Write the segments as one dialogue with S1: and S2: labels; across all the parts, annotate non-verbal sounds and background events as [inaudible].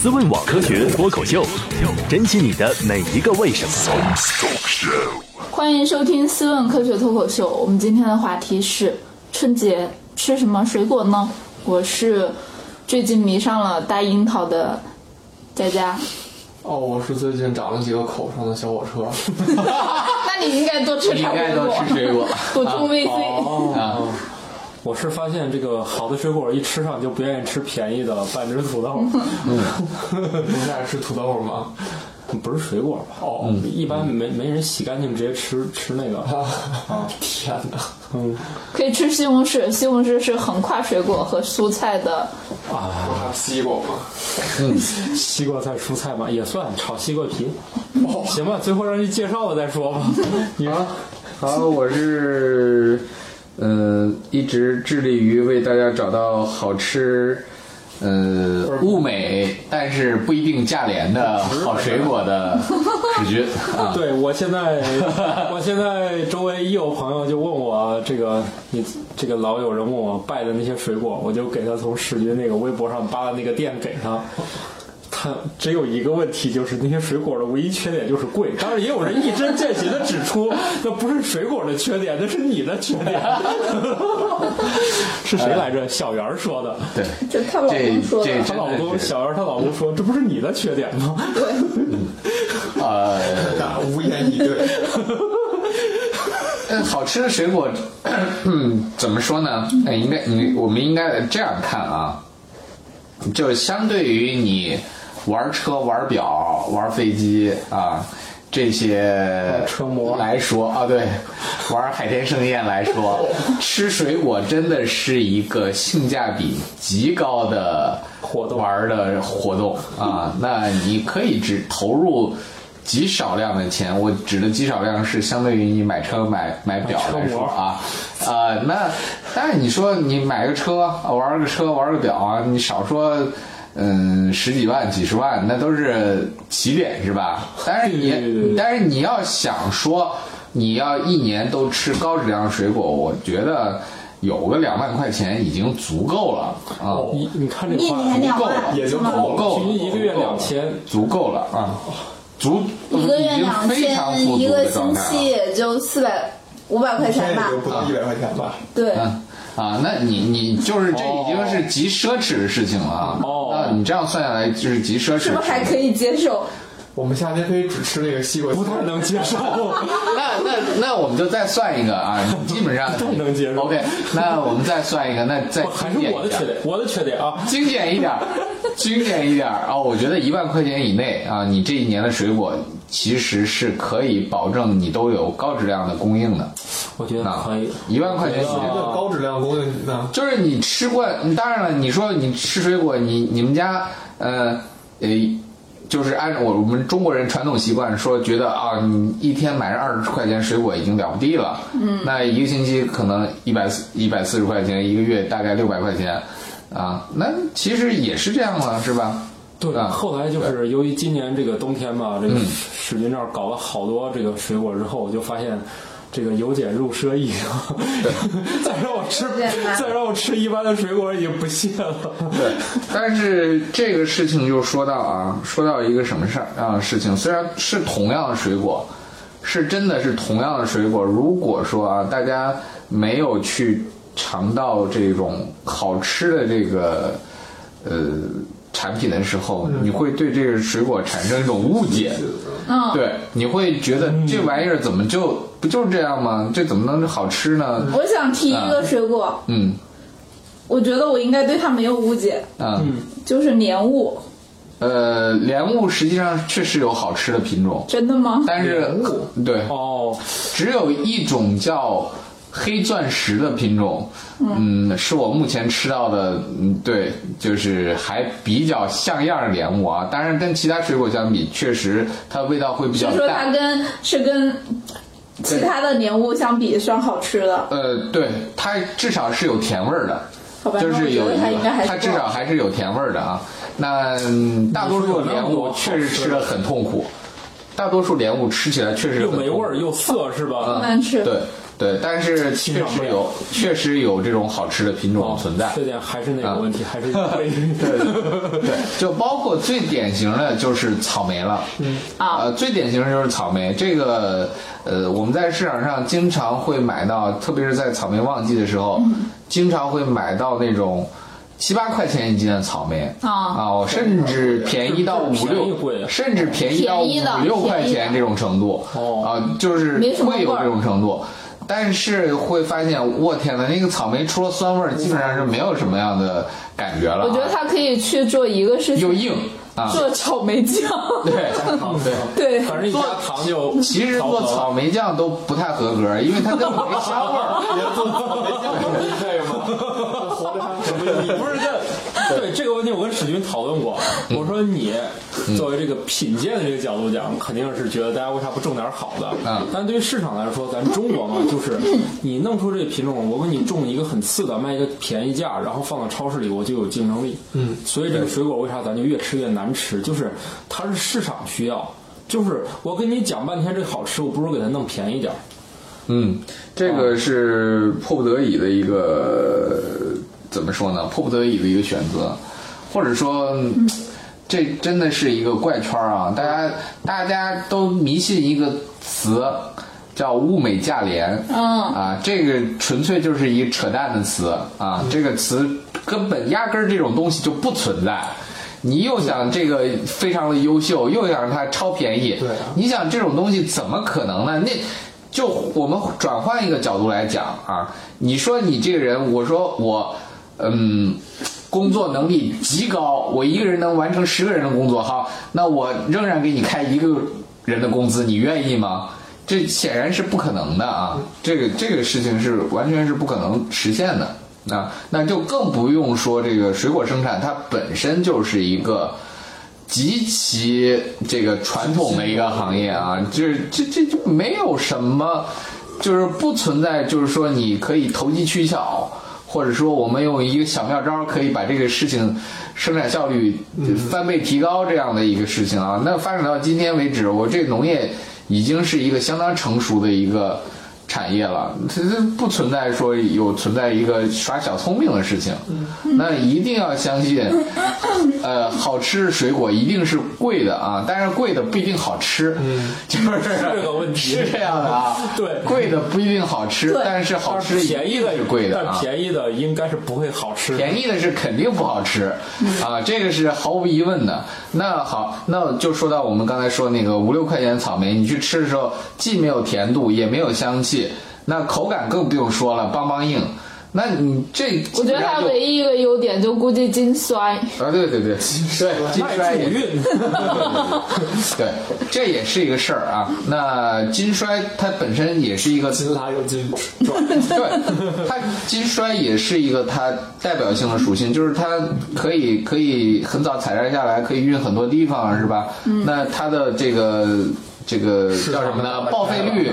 S1: 思问网科学脱口秀，珍惜你的每一个为什么。
S2: 欢迎收听《思问科学脱口秀》，我们今天的话题是春节吃什么水果呢？我是最近迷上了大樱桃的佳佳，
S3: 哦，我是最近长了几个口上的小火
S4: [laughs]
S3: 车，
S2: 那你应该多吃
S5: 应
S2: 点水 [laughs]
S5: 该多
S2: 果，
S5: 吃水果。
S4: [laughs]
S2: 补充 VC。
S5: 啊，
S6: 哦我是发现这个好的水果一吃上就不愿意吃便宜的半只土豆，
S3: 嗯
S6: [laughs]
S3: 你是爱吃土豆吗？
S6: 不是水果吧？
S3: 哦，
S6: 一般没没人洗干净直接吃吃那个，嗯
S3: 啊，天哪！
S2: 可以吃西红柿，西红柿是横跨水果和蔬菜的。
S3: 我还有啊西瓜 [laughs] 吗？
S6: 西瓜菜蔬菜嘛也算炒西瓜皮，
S3: 哦
S6: 行吧，最后让你介绍了再
S3: 啊
S6: 说吧。你说
S5: 好，我是呃一直致力于为大家找到好吃。呃，物美但是不一定价廉的好水果的史军啊，
S6: 对我现在，我现在周围一有朋友就问我这个，你这个老有人问我拜的那些水果，我就给他从史军那个微博上扒的那个店给他。他只有一个问题，就是那些水果的唯一缺点就是贵。当然，也有人一针见血的指出，那不是水果的缺点，那是你的缺点。 [laughs] 是谁来着？小圆儿说的。
S5: 对，
S2: 就她老
S5: 这
S2: 公说的
S5: 这，
S6: 她
S5: 真
S6: 老公
S5: 的是
S6: 小圆儿，她老公说：“这不是你的缺点吗？”
S5: 呃，
S3: 那无言以对。
S5: 呃，好吃的水
S6: [clears throat]
S5: 果，嗯，怎么说呢？呃、应该你我们应该这样看啊，就是相对于你玩车、玩表、玩飞机啊这些
S6: 车模
S5: 来说啊，对，玩海天盛宴来
S6: [laughs]
S5: 说，吃水果真的是一个性价比极高的
S6: 活动
S5: 玩的活动啊，那你可以只投入。极少量的钱，我指的极少量是相对于你买车、买买表
S6: 车模
S5: 来说啊，呃，那但是你说你买个车、玩个车、玩个表啊，你少说，嗯，十几万、几十万，那都是起点是吧？
S6: [laughs]
S5: 但是
S6: 对对对
S5: 你
S6: 对
S5: 但是你要想说你要一年都吃高质量水果，我觉得有个两万块钱已经足够了啊，
S6: 哦你你看这
S4: 一
S6: 话
S4: 年两
S5: 够
S4: 万
S5: 了，
S3: 也就
S5: 足够
S6: 平
S5: 了，
S6: 均一个月
S5: 足够了
S6: 两千，
S5: 足够了啊，足
S4: 一个月
S5: 已经
S4: 两
S5: 非常富
S4: 千，
S5: 足
S4: 一个
S5: 的状
S4: 星
S5: 态了
S4: 期也就四百五百块
S3: 现在
S4: 钱吧
S3: 也就。不到一百块钱吧？
S4: 对，
S5: 嗯啊，那你你就是这已经是极奢侈的事情了啊！
S6: 哦
S5: 那你这样算下来就是极奢侈，
S4: 是不是还可？以接受？
S3: 我们夏天可以只吃那个西瓜，
S6: 不太能接
S5: [laughs]
S6: 受。
S5: 那那那我们就再算一个啊，你基本上
S6: [laughs] 太能接受
S5: OK，那我们再算一个，那再
S6: 我还是
S5: 经典
S6: 我
S5: 一
S6: 的缺
S5: 点，
S6: 点，我的缺点啊，
S5: 经典一点，经典一点啊！我觉得一万块钱以内啊，你这一年的水果其实是可以保证你都有高质量的供应的
S6: 我觉得
S5: 啊
S6: 可以。，
S5: 一万块钱以内
S3: 觉得啊高质量供应呢？
S5: 就是你吃过，当然了，你说你吃水果，你你们家呃呃，就是按照我我们中国人传统习惯说，觉得啊，你一天买二十块钱水果已经了不地了，嗯，那一个星期可能一百一百四十块钱，一个月大概六百块钱，啊，那其实也是这样了，是吧？
S6: 对
S5: 啊
S6: 后来就是由于今年这个冬天嘛，
S5: 嗯
S6: 这个史军这儿搞了好多这个水果之后，我就发现。这个由俭入奢易， [laughs] 再让
S4: [laughs]
S6: 我吃
S4: 有点难
S6: 再让我吃一般的水果已经不屑了。
S5: 对，但是这个事情就说到啊，说到一个什么事儿啊事情，虽然是同样的水果，是真的是同样的水果，如果说啊，大家没有去尝到这种好吃的这个呃产品的时候，你会对这个水果产生一种误解。
S2: 嗯，
S5: 对，你会觉得这玩意儿怎么就不就是这样吗？这怎么能好吃呢？
S2: 我想提一个水果，
S5: 嗯
S2: 我觉得我应该对它没有误解，
S5: 啊
S2: 就是莲雾，
S5: 呃，莲雾实际上确实有好吃的品种，
S2: 真的吗？
S5: 但是对，
S6: 哦，
S5: 只有一种叫黑钻石的品种，嗯，是我目前吃到的，嗯，对，就是还比较像样儿的莲雾啊。当然，跟其他水果相比，确实它味道会比较
S2: 是说它
S5: 淡。
S2: 跟是跟其他的莲雾相比算好吃的，
S5: 呃，对，它至少是有甜味儿的，
S2: 好吧？
S5: 就
S2: 那我
S5: 是
S2: 觉
S5: 有
S2: 得
S5: 一
S2: 它应该还
S5: 个，
S2: 是
S5: 它至
S2: 不
S5: 少
S2: 好
S5: 还是有甜味儿的啊。那嗯大多数的莲雾确实吃的很痛苦，大多数莲雾吃起来确实
S6: 又
S5: 很
S6: 没
S5: 痛
S6: 味
S5: 苦
S6: 儿又涩是吧？
S5: 嗯
S6: 哦
S2: 难吃。
S5: 对，对，但是确
S6: 欣赏不
S5: 实
S6: 了
S5: 有，确实有这种好吃的品种存在。嗯
S6: 这点还是那个问题，还
S5: [laughs]
S6: 是贵。
S5: 对，就包括最典型的就是草莓了，嗯
S2: 啊
S5: 呃，最典型的就是草莓。这个呃，我们在市场上经常会买到，特别是在草莓旺季的时候，
S2: 嗯
S5: 经常会买到那种七八块钱一斤的草莓
S2: 啊
S5: 哦，甚至便宜到五
S6: 便宜贵
S5: 六，甚至便宜到
S2: 便宜的
S5: 五六块
S2: 便宜
S5: 钱
S2: 的
S5: 这种程度，
S6: 哦
S5: 啊、就是
S2: 没什么
S5: 会有
S2: 味儿
S5: 这种程度。但是会发现，我天呐，那个草莓除了酸味儿，基本上是没有什么样的感觉了啊。
S2: 我觉得他可以去做一个事
S5: 又
S2: 情，
S5: 硬啊，
S2: 做草莓酱。
S5: 对。
S2: [laughs] 对，
S6: [laughs] 反正一加糖就
S5: 其实做草莓酱都不太合格，因为它根本没香味儿。
S6: 你不是在对这个问题，我跟史军讨论过。我说你作为这个品鉴的这个角度讲，肯定是觉得大家为啥不种点好的？
S5: 嗯
S6: 但对于市场来说，咱中国嘛，就是你弄出这品种，我给你种一个很次的，卖一个便宜价，然后放到超市里，我就有竞争力。嗯，所以这个水果为啥咱就越吃越难吃？就是它是市场需要。就是我跟你讲半天这好吃，我不如给它弄便宜点儿。
S5: 嗯，这个
S3: 啊
S5: 是迫不得已的一个，怎么说呢？迫不得已的一个选择，或者说，这真的是一个怪圈儿啊！大家大家都迷信一个词。叫物美价廉，
S2: 嗯
S5: 啊，这个纯粹就是一扯淡的词
S3: 嗯
S5: 啊，这个词根本压根儿这种东西就不存在。你又想这个非常的优秀，又想它超便宜，
S3: 对啊
S5: 你想这种东西怎么可能呢？那就我们转换一个角度来讲啊，你说你这个人，我说我，嗯，工作能力极高，我一个人能完成十个人的工作，好，那我仍然给你开一个人的工资，你愿意吗？这显然是不可能的啊！这个这个事情是完全是不可能实现的。啊，那就更不用说这个水果生产，它本身就是一个极其这个传统的一个行业啊，这这这就没有什么，就是不存在，就是说你可以投机取巧，或者说我们用一个小妙招可以把这个事情生产效率翻倍提高这样的一个事情啊。那发展到今天为止，我这农业已经是一个相当成熟的一个。产业了，其实不存在说有存在一个耍小聪明的事情，
S6: 嗯
S5: 那一定要相信，呃，好吃的水果一定是贵的啊，但是贵的不一定好吃，就是
S6: 嗯这个问题
S5: 是这样的啊，
S6: 对
S5: 贵的不一定好吃，但是好吃
S6: 便宜的
S5: 是贵的
S6: 但
S5: 啊。
S6: 便宜的应该是不会好吃的。
S5: 便宜的是肯定不好吃
S2: 嗯
S5: 啊，这个是毫无疑问的。那好，那就说到我们刚才说那个五六块钱的草莓，你去吃的时候既没有甜度，也没有香气，那口感更不用说了，梆梆硬。那你这
S2: 我觉得它
S5: 基本上就
S2: 唯一一个优点就估计筋酸。
S5: 啊，对对对，对，金
S6: 耐
S5: 衰
S6: 住
S5: 也
S6: [laughs] 运，
S5: 对，这也是一个事儿啊。那金衰它本身也是一个 [laughs]
S3: 金来又金去，
S5: 对，它金衰也是一个它代表性的属性，就是它可以可以很早采摘下来，可以运很多地方，啊是吧？那它的这个这个叫什么呢？报废率。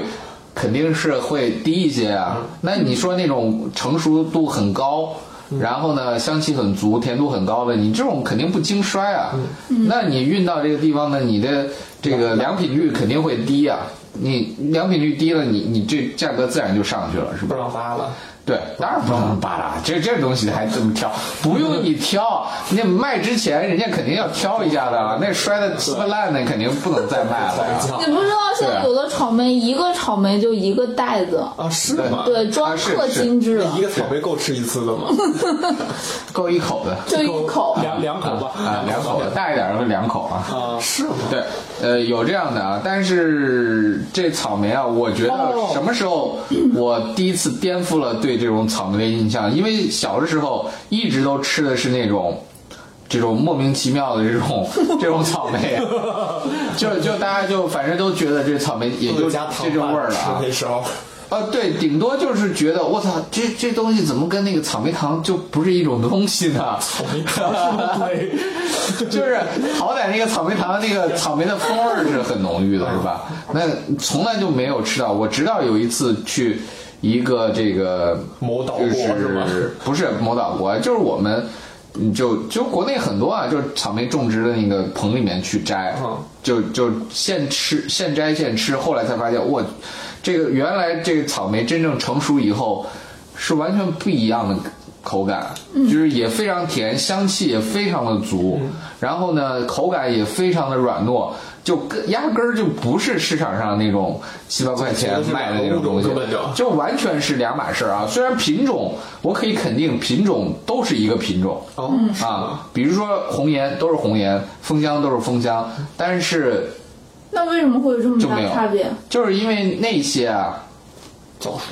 S5: 肯定是会低一些啊。那你说那种成熟度很高，然后呢香气很足、甜度很高的，你这种肯定不经衰啊。那你运到这个地方呢，你的这个良品率肯定会低啊。你良品率低了，你你这价格自然就上去了，是吧
S3: 不？让扒了。
S5: 对，当然不能扒拉，这这东西还这么挑，不用你挑，那卖之前人家肯定要挑一下的啊，那摔的稀巴烂的肯定不能再卖了啊呀。
S2: 你不知道现在有的草莓一个草莓就一个袋子，
S3: 啊，是吗？
S2: 对，
S5: 啊
S2: 装
S5: 是
S2: 特精致
S3: 那
S2: 了
S3: 一，个草莓够吃一次 [laughs] 的吗？
S5: 够一口的
S2: 就一口。
S6: 两两口吧，
S5: 啊，两口的，大一点的会两口啊。
S6: 啊，
S3: 是吗？
S5: 对，呃，有这样的啊，但是这草莓啊，我觉得
S6: 哦
S5: 什么时候我第一次颠覆了对这种草莓的印象？因为小的时候一直都吃的是那种。这种莫名其妙的这种这种草莓，就就大家就反正都觉得这草莓也就
S3: 加糖
S5: 这种味儿了
S3: 吧
S5: 啊
S3: 吃那时 [laughs] 候，
S5: 啊，对，顶多就是觉得我操，这这东西怎么跟那个草莓糖就不是一种东西呢？
S6: 对，
S5: [laughs] 就是好歹那个草莓糖那个草莓的风味儿是很浓郁的，是吧？那从来就没有吃到，我直到有一次去一个这个
S3: 某岛
S5: 就
S3: 国是吗
S5: 是不是某岛国，就是我们嗯就就国内很多啊，就是草莓种植的那个棚里面去摘
S3: 嗯，
S5: 就就现吃现摘现吃，后来才发现我这个原来这个草莓真正成熟以后是完全不一样的口感，就是也非常甜，香气也非常的足，然后呢口感也非常的软糯。就跟压根儿就不是市场上那种七八块钱卖的那种东西
S3: 就根本就，
S5: 就完全是两码事儿啊。虽然品种，我可以肯定品种都是一个品种，
S3: 哦，
S4: 嗯
S3: 是吗
S5: 啊，比如说红颜都是红颜，枫香都是枫香，但是
S2: 那为什么会有这么
S5: 就
S2: 大
S5: 没有
S2: 差别？
S5: 就是因为那些啊，
S3: 早熟，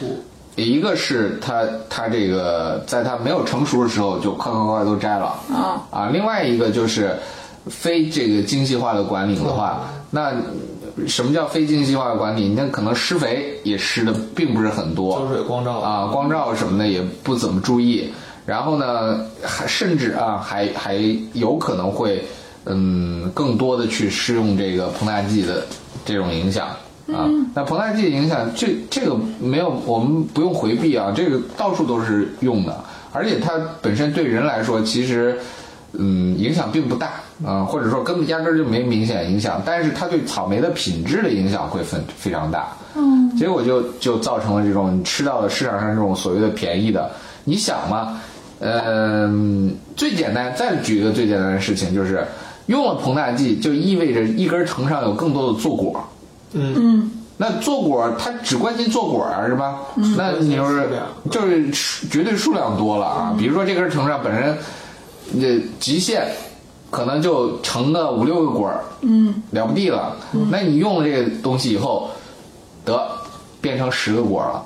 S5: 一个是它它这个在它没有成熟的时候就快快快都摘了
S2: 啊
S5: 另外一个就是非这个精细化的管理的话，那什么叫非精细化的管理？那可能施肥也施的并不是很多，
S3: 浇水光照
S5: 啊，光照什么的也不怎么注意。然后呢，还甚至啊，还还有可能会，嗯，更多的去施用这个膨大剂的这种影响啊。那膨大剂的影响，这这个没有，我们不用回避啊，这个到处都是用的，而且它本身对人来说，其实。嗯，影响并不大，嗯、或者说根本压根儿就没明显影响，但是它对草莓的品质的影响会非非常大。结果就就造成了这种你吃到的市场上这种所谓的便宜的，你想嘛，嗯、最简单，再举一个最简单的事情，就是用了膨大剂，就意味着一根藤上有更多的坐果。
S2: 嗯，
S5: 那坐果它只关心坐果啊，是吧？那你就是
S3: 数量
S5: 就是数绝对数量多了啊，比如说这根藤上本身，呃，极限可能就成个五六个果儿，嗯，了不地了。那你用了这个东西以后，得变成十个果儿了。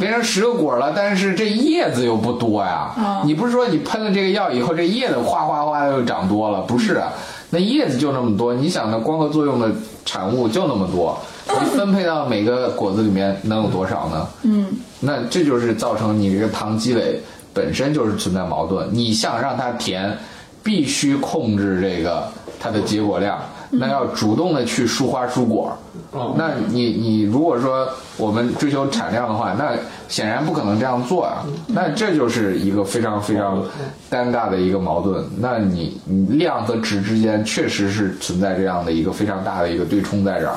S5: 变成十个果儿了，但是这叶子又不多呀。你不是说你喷了这个药以后，这叶子哗哗哗又长多了？不是啊，那叶子就那么多，你想那光合作用的产物就那么多，你分配到每个果子里面能有多少呢？嗯，那这就是造成你这个糖积累本身就是存在矛盾。你想让它甜，必须控制这个它的结果量，那要主动的去疏花疏果。
S3: 哦
S5: 那你你如果说我们追求产量的话，那显然不可能这样做啊。那这就是一个非常非常尴尬的一个矛盾。那你你量和值之间确实是存在这样的一个非常大的一个对冲在这儿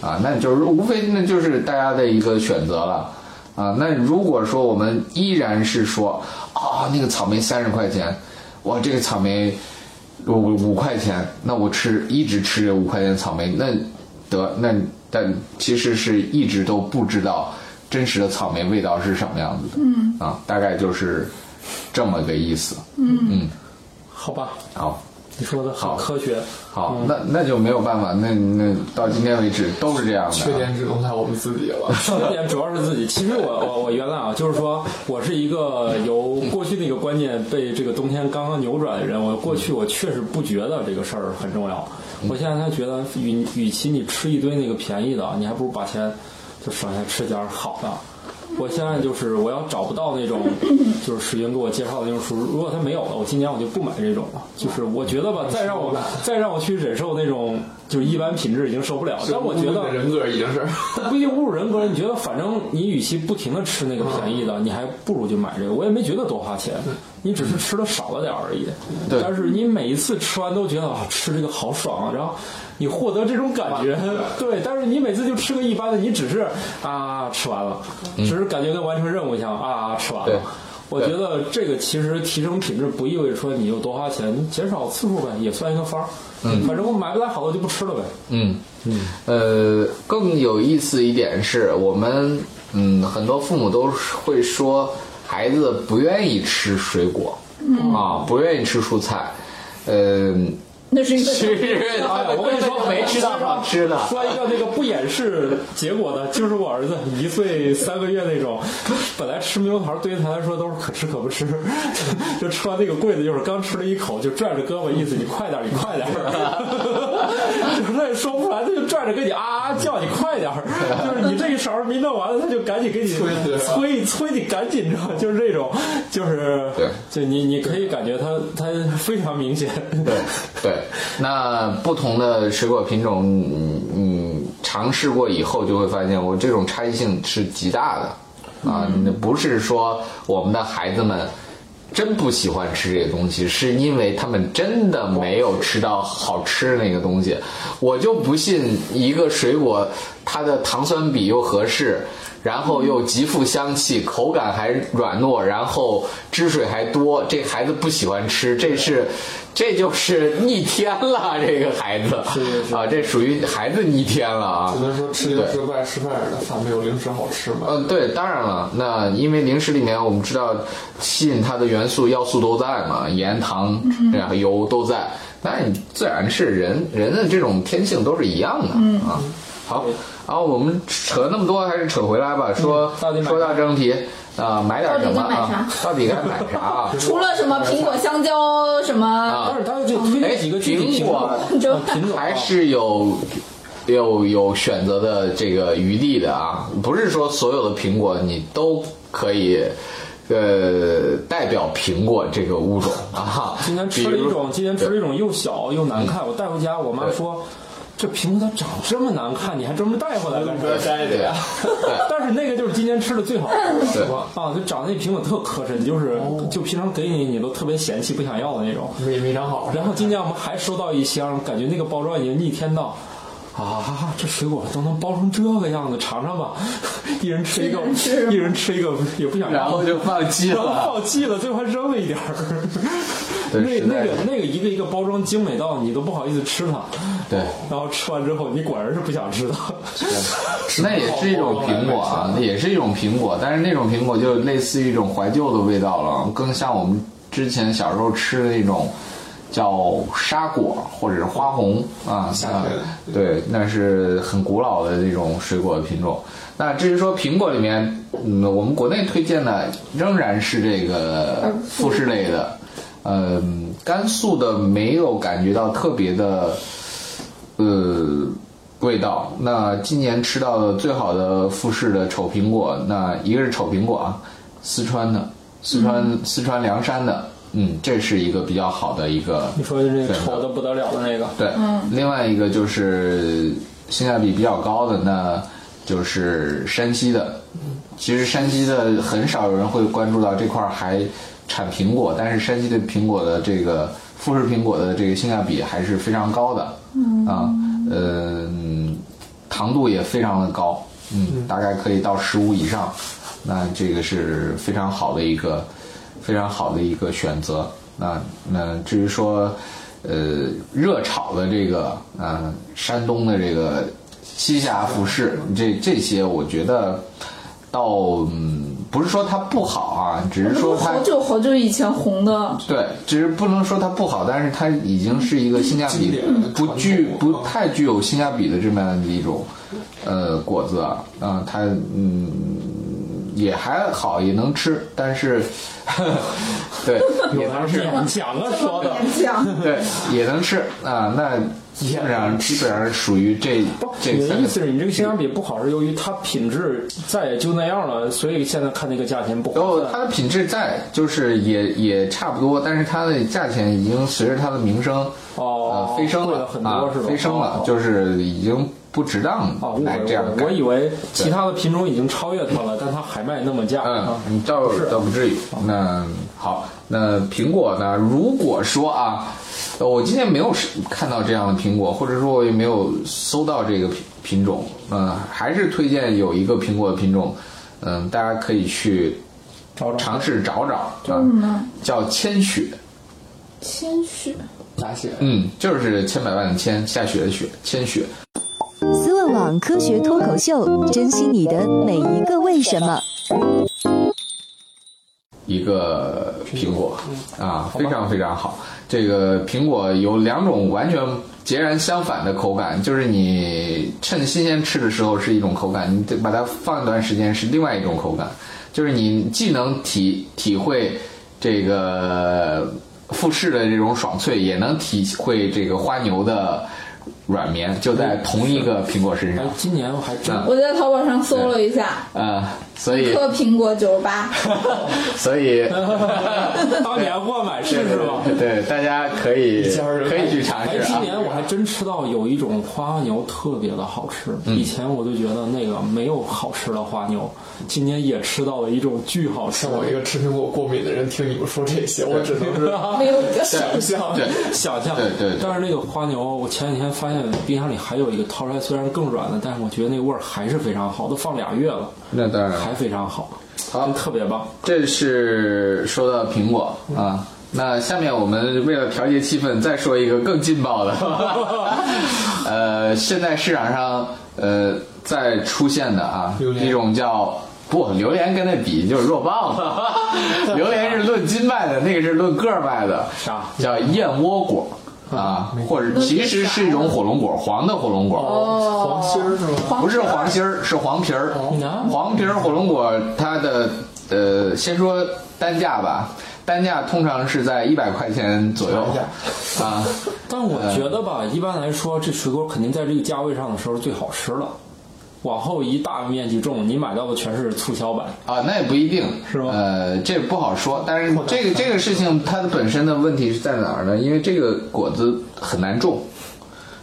S5: 啊。那就是无非那就是大家的一个选择了。啊，那如果说我们依然是说，啊、那个草莓三十块钱，哇，这个草莓我我五块钱，那我吃一直吃这五块钱的草莓，那得那但其实是一直都不知道真实的草莓味道是什么样子的，嗯啊，大概就是这么个意思。
S6: 好吧，
S5: 好，
S6: 你说的很科学。
S5: 好，
S3: 嗯
S5: 那那就没有办法，那那到今天为止都是这样的啊。
S3: 缺点只嗯能赖我们自己了。
S6: 缺点主要是自己。 [laughs] 其实我我我原来啊，就是说我是一个由过去的一个观念被这个冬天刚刚扭转的人。我过去我确实不觉得这个事儿很重要，我现在才觉得与与其你吃一堆那个便宜的，你还不如把钱就省下来吃点儿好的。我现在就是我要找不到那种，就是史云给我介绍的那种书，如果他没有了，我今年我就不买这种了。就是我觉得吧，再让我再让我去忍受那种就是一般品质已经受不了，但我觉
S3: 你 [laughs]
S6: 得
S3: 的人格已经是
S6: 不一定侮辱人格，你觉得反正你与其不停的吃那个便宜的，你还不如就买这个。我也没觉得多花钱，你只是吃的少了点儿而已。
S5: 嗯对
S6: 但是你每一次吃完都觉得啊，吃这个好爽啊，然后你获得这种感觉，对。但是你每次就吃个一般的，你只是啊吃完了，只是感觉跟完成任务一样啊吃完
S5: 嗯对
S6: 了。我觉得这个其实提升品质不意味着说你又多花钱，你减少次数呗，也算一个方儿。嗯，反正我买不来好的就不吃了呗。
S5: 嗯，呃，更有意思一点是我们，嗯，很多父母都是会说孩子不愿意吃水果，啊，不愿意吃蔬菜，呃，
S4: 那是
S5: [laughs]
S4: 一个
S5: 其实
S6: [laughs]
S5: 他
S6: 哎呀
S5: 们
S6: 我跟你说
S5: 根本就没吃到好吃的。
S6: 说一个那个不掩饰结果的，就是我儿子一岁三个月那种， [laughs] 本来吃猕猴桃对于他来说都是可吃可不吃， [laughs] 就吃完那个柜子，就是刚吃了一口就拽着胳膊，意思你快点儿，你快点 [laughs] 儿，就是他也说不出来，他就拽着跟你啊啊叫你快点儿，就是你这一勺儿没弄完，他就赶紧给你
S3: 催
S5: 啊
S3: 着
S6: 催催你赶紧，你知道吗，就是这种，就是
S5: 对
S6: 就你你可以感觉他他非常明显，
S5: 对对，那不同的水果品种，嗯嗯，尝试过以后就会发现，我这种
S6: 嗯
S5: 差异性是极大的啊，那不是说我们的孩子们真不喜欢吃这个东西，是因为他们真的没有吃到好吃的那个东西。我就不信一个水果，它的糖酸比又合适，然后又极富香气，口感还软糯，然后汁水还多，这孩子不喜欢吃，这是。这就是逆天了，这个孩子
S6: 是是
S5: 啊，这属于孩子逆天了啊！
S3: 只能说吃零食怪吃饭人的饭没有零食好吃嘛。
S5: 嗯，对，当然了，那因为零食里面我们知道吸引它的元素要素都在嘛，盐、糖、然后油都在，那你自然是人人的这种天性都是一样的、啊。好，然后我们扯那么多，还是扯回来吧，说、
S6: 到底买啥
S5: 说到正题啊、买点什么啊？到
S4: 到
S5: 底该买啥啊？
S4: 除了什么苹果、香蕉什么，
S5: 啊
S6: 但是它就推荐几个具体
S5: 苹
S6: 品
S5: 果
S6: 种
S4: 就
S6: 啊品种啊
S5: 还是有有有选择的这个余地的啊，不是说所有的苹果你都可以。呃，代表苹果这个物种啊，
S6: 今天吃了
S5: 比如嗯
S6: 一种，今天吃了一种又小又难看，我带回家，我妈说。这苹果它长这么难看，你还专门带回来干什么？
S1: 摘
S5: 对啊，
S6: 但是那个就是今年吃的最好的，
S5: 对哦
S6: 啊，就长得那苹果特磕碜，就是就平常给你你都特别嫌弃不想要的那种。
S3: 没没长好，
S6: 然后今年我们还收到一箱，感觉那个包装已经逆天到。啊，这水果都能包成这个样子，尝尝吧， [laughs] 一人吃一个，一人吃一个，也不想要
S5: 然后就放弃
S6: 然后
S5: 了。
S6: 放弃了，最后还扔了一点儿。
S5: [laughs] 对
S6: 那那
S5: 实在是
S6: 个那个一个一个包装精美到你都不好意思吃它，
S5: 对，
S6: 然后吃完之后你果然是不想吃它。
S5: 那也是一种苹果啊，那也是一种苹果，但是那种苹果就类似于一种怀旧的味道了，更像我们之前小时候吃的那种叫沙果或者是花红啊，
S3: 夏天
S5: 那对，那是很古老的这种水果的品种。那至于说苹果里面，嗯，我们国内推荐的仍然是这个富士类的，嗯，甘肃的没有感觉到特别的。呃味道。那今年吃到的最好的富士的丑苹果，那一个是丑苹果啊，四川的，四川、四川凉山的，嗯，这是一个比较好的一个。
S6: 你说的这
S5: 个
S6: 个
S5: 丑
S6: 丑的不得了的那个，
S5: 对，另外一个就是性价比比较高的，那就是山西的。其实山西的很少有人会关注到这块儿还产苹果，但是山西的苹果的这个富士苹果的这个性价比还是非常高的。嗯啊，嗯，糖度也非常的高，嗯，大概可以到十五以上，那这个是非常好的一个非常好的一个选择。那那至于说，呃，热炒的这个，呃，山东的这个西峡服饰，这这些我觉得倒、嗯、不是说它不好啊，只是说它
S2: 好久好久以前红的，
S5: 对，只是不能说它不好，但是它已经是一个性价
S3: 经
S5: 比
S3: 典的
S5: 不
S3: 传
S5: 具
S3: 统
S5: 不太具有性价比的这么样的一种呃果子啊，啊、它嗯也还好，也能吃，但是 [laughs] 对也能吃，
S6: 勉强
S5: [laughs]
S6: 啊说的。
S4: 勉强。
S5: 对也能吃啊、那基本上基本上属于这
S6: 不，
S5: 这
S6: 你的
S5: 三
S6: 意
S5: 个
S6: 思是你这个性价比不好，是由于它品质再也就那样了，所以现在看那个价钱不啊
S5: 然
S6: 划
S5: 后
S6: 算。
S5: 它的品质在，就是也也差不多，但是它的价钱已经随着它的名声，
S6: 哦
S5: 呃，飞升
S6: 贵
S5: 了
S6: 了很
S5: 啊
S6: 多是吧？
S5: 飞升了，
S6: 哦
S5: 就是已经不值当
S6: 哦，误
S5: 哎来这样
S6: 会
S5: 干
S6: 我以为其他的品种已经超越它了，但它还卖那么价。
S5: 嗯
S6: 啊，
S5: 你倒
S6: 是哦
S5: 倒不至于。那好，那苹果呢？如果说啊，呃我今天没有是看到这样的苹果，或者说我也没有搜到这个品品种，嗯、还是推荐有一个苹果的品种，嗯、大家可以去
S6: 找找
S5: 尝试找找，叫
S6: 嗯
S4: 嗯
S5: 什么？叫千雪。
S2: 谦虚。
S3: 咋写？
S5: 嗯，就是千百万的千，下雪的雪，千雪。
S7: 思问网科学脱口秀，珍惜你的每一个为什么。
S5: 一个苹果啊，非常非常好。这个苹果有两种完全截然相反的口感，就是你趁新鲜吃的时候是一种口感，你得把它放一段时间是另外一种口感。就是你既能体体会这个富士的这种爽脆，也能体会这个花牛的软绵，就在同一个苹果身上
S6: 哎，。今年我还真
S5: 嗯
S4: 我在淘宝上搜了一下，
S5: 呃，所
S4: 一
S5: 以
S4: 颗苹果九十
S5: [laughs]
S4: 八，
S5: 所以
S6: [laughs] 当年货买试试吧。
S5: [laughs] 对，大家可以
S3: 家人
S5: 可以去尝
S6: 哎，
S5: 试
S6: 今
S5: 啊。
S6: 年我还真吃到有一种花牛特别的好吃。
S5: 嗯
S6: 以前我就觉得那个没有好吃的花牛，今年也吃到了一种巨好吃
S3: 像
S6: 的。
S5: 哎
S3: 我一个吃苹果过敏的人，听你们说这些，我只能是
S4: 没有一个
S3: 想
S6: [laughs]
S3: 象。
S5: 对，
S6: 想象，
S5: 对对对
S6: 但是那个花牛，我前几天发现冰箱里还有一个掏出来，虽然更软了，但是我觉得那味儿还是非常好，都放俩月了，
S5: 那当然了。
S6: 还非常好，
S5: 嗯好
S6: 真特别棒。
S5: 这是说到苹果啊，那下面我们为了调节气氛，再说一个更劲爆的。 [laughs] 呃，现在市场上呃在出现的啊
S3: 榴，莲
S5: 一种叫不榴莲跟那比就是弱
S3: [laughs]
S5: 爆了，榴莲是论斤卖的，那个是论个儿卖的，
S6: 啥
S5: 叫燕窝果。啊，
S3: 嗯
S5: 或者其实是一种火龙果，黄的火龙果，
S3: 哦黄心儿是吗？
S5: 不是黄心儿，是黄皮儿。黄皮儿火龙果，它的呃，先说单价吧，单价通常是在一百块钱左右啊。
S6: 但我觉得吧，
S5: 嗯
S6: 一般来说，这水果肯定在这个价位上的时候是最好吃了。往后一大面积种，你买到的全是促销版。
S5: 啊，那也不一定，
S6: 是吗
S5: 呃，这不好说。但是这个这个事情，它的本身的问题是在哪儿呢？因为这个果子很难种，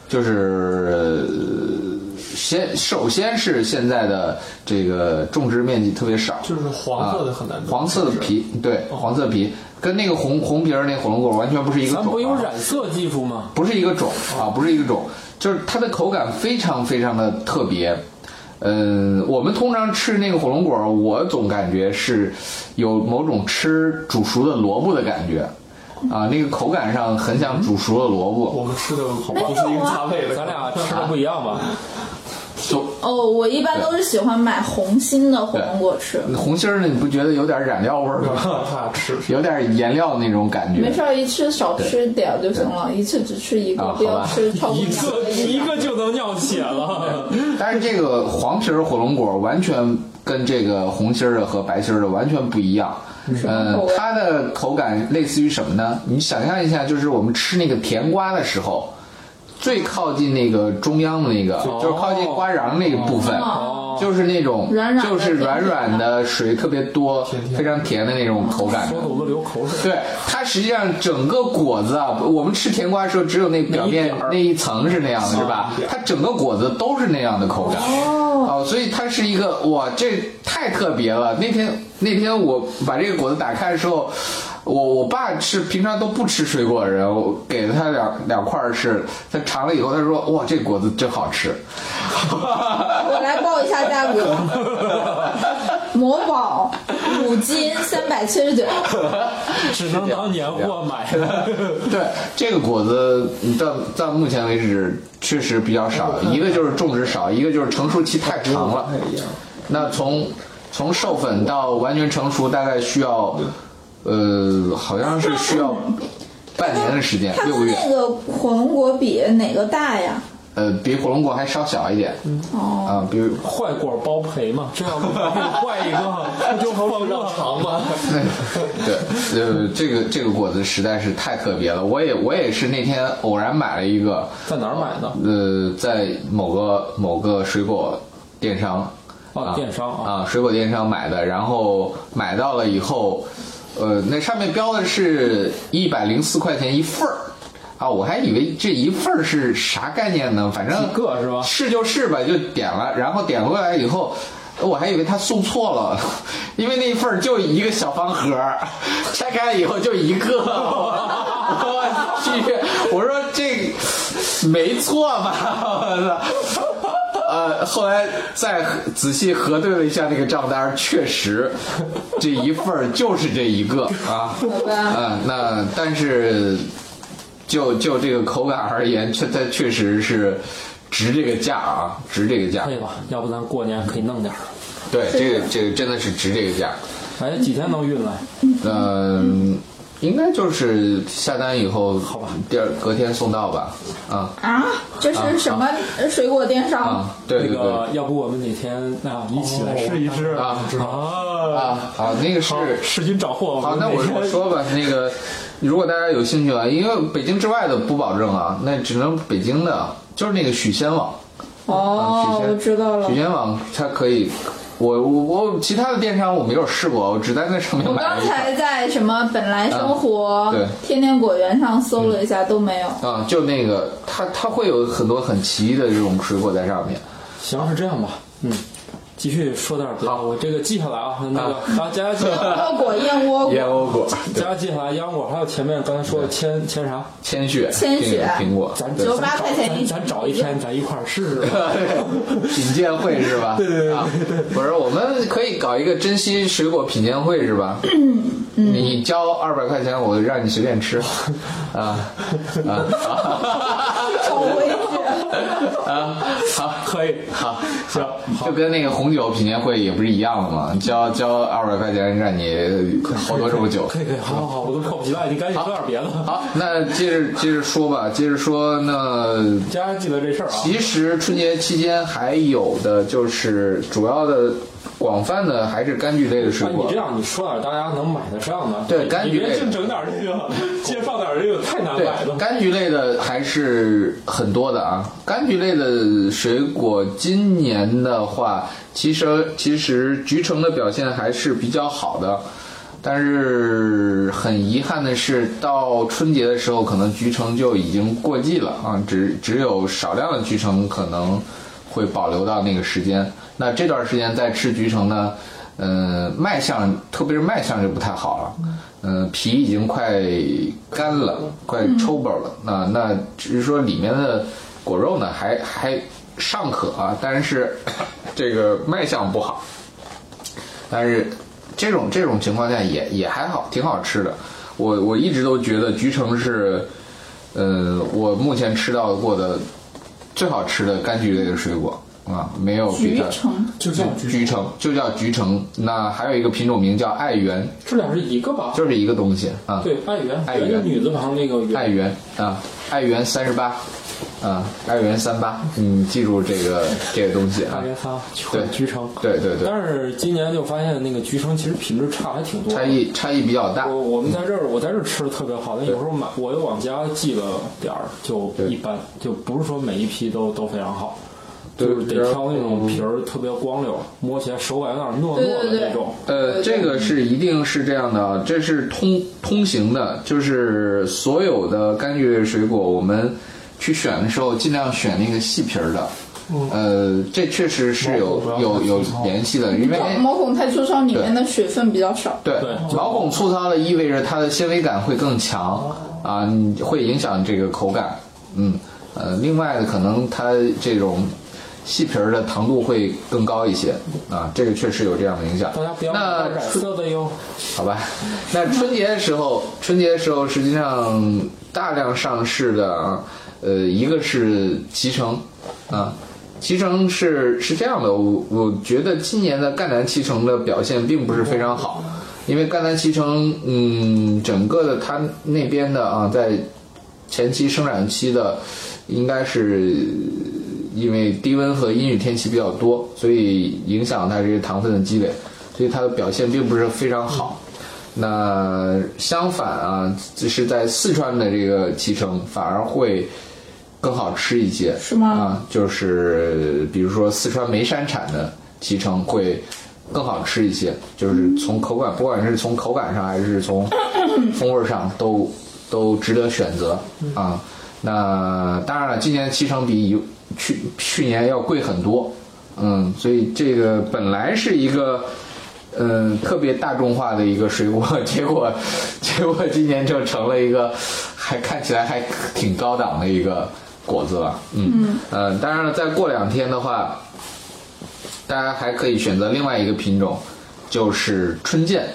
S5: 就是、呃先首先是现在的这个种植面积特别少，
S3: 就是黄色的很难
S5: 啊
S3: 种
S5: 黄色的皮，对，
S3: 哦
S5: 黄色皮跟那个红红皮儿那火龙果完全不是一个
S6: 咱
S5: 种、啊。
S6: 不有染色技术吗？
S5: 不是一个种
S3: 哦
S5: 啊，不是一个种，就是它的口感非常非常的特别。嗯，我们通常吃那个火龙果，我总感觉是有某种吃煮熟的萝卜的感觉，啊，那个口感上很像煮熟的萝卜。
S3: 我们吃的不是一个价位的。
S6: 咱俩吃的不一样吧？
S5: 就
S4: 哦，我一般都是喜欢买红心的火龙果吃，
S3: 嗯
S5: 红心儿呢，你不觉得有点染料味儿
S3: 我
S5: 吗？
S3: 害怕吃，
S5: 有点颜料那种感觉。
S4: 没事儿，一次少吃点儿就行了，一次只吃一个
S5: 啊，
S4: 不
S5: 好
S4: 要
S5: 吧
S4: 吃超过
S6: 一
S4: 两
S6: 个
S4: 个
S6: 一
S4: 以上。
S6: 个就能尿血
S5: [laughs]
S6: 了。
S5: 但是这个黄皮儿火龙果完全跟这个红心儿的和白心儿的完全不一样。
S4: 么
S5: 嗯
S4: 口，味
S5: 它的口感类似于什么呢？你想象一下，就是我们吃那个甜瓜的时候，最靠近那个中央的那个，
S6: 哦
S5: 就是靠近瓜瓤那个部分，
S4: 哦
S5: 就是那种
S4: 软软的
S5: 就是软软的水特别多，非常甜的那种口感。
S6: 说的我都流口水。
S5: 对，它实际上整个果子啊，我们吃甜瓜的时候，只有那表
S6: 那一
S5: 面
S6: 点儿啊
S5: 那一层是那样的，是吧？它整个果子都是那样的口感。哦，所以它是一个哇，这太特别了。那天那天我把这个果子打开的时候，我我爸是平常都不吃水果的人，我给了他两两块儿吃，他尝了以后，他说哇，这果子真好吃。 [laughs]
S4: 我来报一下价格，
S5: [laughs]
S4: 某宝五斤三百七十九，
S6: 只能当年货买的。
S5: 对这个果子，嗯到到目前为止确实比较少，一个就是种植少，一个就是成熟期太长了。那从从授粉到完全成熟，大概需要，呃，好像是需要半年的时间，
S4: 它
S5: 六个
S4: 跟
S5: 月。
S4: 那个火龙果比哪个大呀？
S5: [laughs] 呃，比火龙果还稍小一点。
S4: 哦，
S5: 啊，比如 [laughs]
S6: 坏果包赔嘛，这要不坏一个就疯了。
S3: 糖吗？
S5: 对，呃，这个这个果子实在是太特别了。我也我也是那天偶然买了一个，
S6: 在哪儿买的？
S5: 呃，在某个某个水果电商
S6: 哦
S5: 啊
S6: 电商啊
S5: 啊，水果电商买的，然后买到了以后，呃，那上面标的是一百零四块钱一份儿。啊，我还以为这一份儿是啥概念呢？反正
S6: 几个是吧
S5: 是就是吧，就点了，然后点回来以后，我还以为他送错了， [laughs] 因为那一份儿就一个小方盒儿， [laughs] 拆开了以后就一个。 [laughs] 我去，我说这没错吧？ [laughs] 我操！呃，后来再仔细核对了一下那个账单，确实这一份儿就是这一个啊。
S4: 好吧，
S5: 啊，那但是就就这个口感而言，确它确实是值这个价啊，值这个价
S6: 可。以吧？要不咱过年可以弄点儿。
S5: 对，这个这个真的是值这个价。
S6: 哎，几天能运来？
S5: 嗯、应该就是下单以后，好
S6: 吧，
S5: 第二隔天送到吧。啊
S4: 啊，这是什么水果电商？
S5: 啊，对对
S6: 那
S5: 对。
S6: 个，要不我们哪天啊一起来试一试
S5: 啊知道
S6: 啊？
S5: 啊，好，那个是
S6: 好，使劲找货。
S5: 好，
S6: 们
S5: 那我
S6: 哪天
S5: 我说吧，那个如果大家有兴趣啊，因为北京之外的不保证啊，那只能北京的，就是那个许仙网，
S4: 哦
S5: 啊，许仙
S4: 我知道了
S5: 许。仙网它可以我我我其他的电商我没有试过，我只在那上面
S2: 我
S5: 买了
S2: 刚
S5: 一款。
S2: 才在什么本来生活、
S5: 嗯对
S2: 天天果园上搜了一下，都没有。
S5: 啊，就那个，它它会有很多很奇异的这种水果在上面。
S6: 行，是这样吧，嗯，继续说点别的，我这个记下来啊，那个啊，佳佳记下来，
S4: [laughs] 恶果燕窝果，
S5: 嗯燕窝果，
S6: 佳
S5: 对，
S6: 佳记下来，腰果，还有前面刚才说的千千啥，
S5: 千雪，
S4: 千
S5: 这
S4: 雪
S5: 个苹果， [laughs]
S6: 咱
S5: 对
S4: 九八
S6: 咱找
S4: 块钱一
S6: 咱咱找一天，咱一块儿试试吧。
S5: 品鉴会是吧？对对对不是，我们可以搞一个珍稀水果品鉴会
S2: [clears throat]
S5: 是吧？你交二百块钱，我让你随便 [laughs] 吃，啊啊
S4: 找回
S5: [laughs]
S4: 去。
S5: 啊， [laughs] 好。
S6: 可以，
S5: 好，
S6: 行，好
S5: 就，跟那个红酒品鉴会也不是一样的吗？交交二百块钱让你好多种酒。
S6: 可以可以，好好好，我都迫不及待，你赶紧说点别的。 [laughs]
S5: 好，那接着接着说吧，接着说那
S6: 佳佳记得这事儿啊，
S5: 其实春节期间还有的就是主要的广泛的还是柑橘类的
S6: 那
S5: 水
S6: 啊你
S5: 果
S6: 这。样，你说点大家能买得上的，
S5: 对
S6: 你
S5: 柑橘
S6: 你别
S5: 类
S6: 净整点这个，
S5: [laughs]
S6: 介绍点这个太难
S5: 对
S6: 买，了。
S5: 柑橘类的还是很多的啊。柑橘类的水果，今年的话，其实其实橘橙的表现还是比较好的，但是很遗憾的是，到春节的时候，可能橘橙就已经过季了啊，只只有少量的橘橙可能会保留到那个时间。那这段时间再吃橘橙呢，嗯、卖相，特别是卖相就不太好了。嗯，皮已经快干了，快抽包了。那那只是说里面的果肉呢，还还尚可啊，但是这个卖相不好。但是这种这种情况下也也还好，挺好吃的。我我一直都觉得橘橙是，呃，我目前吃到过的最好吃的柑橘类的水果啊，没有比
S2: 橘
S5: 它。
S2: 橙
S6: 就
S5: 就橘橙，就叫橘橙。那还有一个品种名叫爱媛，
S6: 这俩是一个吧？
S5: 就是一个东西啊。
S6: 对，爱媛，
S5: 爱媛
S6: 媛就女字旁那个
S5: 爱
S6: 媛，
S5: 媛啊，爱媛三十八，啊，爱媛三八，你记住这个这个东西
S6: 爱
S5: 啊。
S6: 媛仨，
S5: 对
S6: 橘橙。
S5: 对对对，
S6: 但是今年就发现那个橘橙其实品质差还挺多的。
S5: 差异差异比较大
S6: 我。我们在这儿，我在这儿吃的特别好，但有时候买我又往家寄了点儿，就
S5: 对
S6: 一般，就不是说每一批都都非常好，
S5: 对
S6: 就是
S5: 然
S6: 得
S5: 后
S6: 挑
S5: 嗯
S6: 那种皮儿特别光溜，摸起来手感有点糯糯
S2: 对对
S6: 的
S2: 对
S6: 那种。
S5: 呃，这个是一定是这样的啊，这是通通行的，就是所有的柑橘类水果，我们去选的时候尽量选那个细皮儿的。
S6: 嗯
S5: 呃，这确实是有有有联系的，因为
S2: 毛孔太粗糙，里面的水分比较少。
S5: 对
S6: 对，
S5: 毛孔粗糙的意味着它的纤维感会更强
S6: 哦
S5: 啊，你会影响这个口感。嗯，呃，另外呢，可能它这种细皮儿的糖度会更高一些啊，这个确实有这样的影响。
S6: 大家不要
S5: 那
S6: 买染
S5: 春
S6: 色的哟。
S5: 好吧，那春节的时候，春节的时候实际上大量上市的啊，呃，一个是脐橙，啊，脐橙是是这样的，我我觉得今年的赣南脐橙的表现并不是非常好，因为赣南脐橙，嗯，整个的它那边的啊，在前期生长期的，应该是因为低温和阴雨天气比较多，所以影响它这些糖分的积累，所以它的表现并不是非常好。
S2: 嗯
S5: 那相反啊，就是在四川的这个脐橙反而会更好吃一些，
S2: 是吗
S5: 啊，就是比如说四川眉山产的脐橙会更好吃一些，就是从口感，不管是从口感上还是从风味上，都都值得选择啊。那当然了，今年脐橙比以去去年要贵很多，嗯，所以这个本来是一个。嗯，特别大众化的一个水果， [laughs] 结果，结果今年就成了一个，还看起来还挺高档的一个果子了。嗯，呃，当然了，再过两天的话，大家还可以选择另外一个品种，就是春见。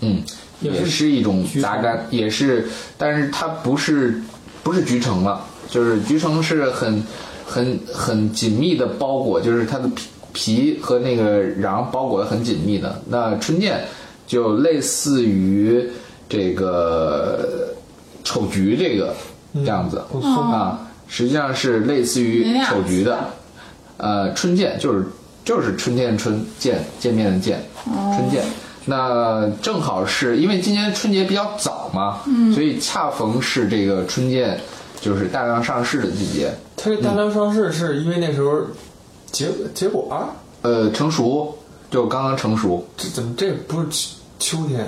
S5: 嗯，
S6: 也是
S5: 也是一种
S6: 橘
S5: 杂
S6: 橙
S5: 柑，也是，但是它不是不是橘橙了，就是橘橙是很很很紧密的包裹，就是它的皮皮和那个瓤包裹的很紧密的。那春见就类似于这个呃丑橘这个
S6: 嗯
S5: 样子、啊，实际上是类似于
S2: 明亮
S5: 丑橘的。呃，春见就是就是春天的春见见面的见，春见。那正好是因为今年春节比较早嘛，所以恰逢是这个春见就是大量上市的季节，
S3: 它这大量上市是因为那时候结结果啊，
S5: 呃，成熟就刚刚成熟，
S3: 这怎么这不是秋秋天？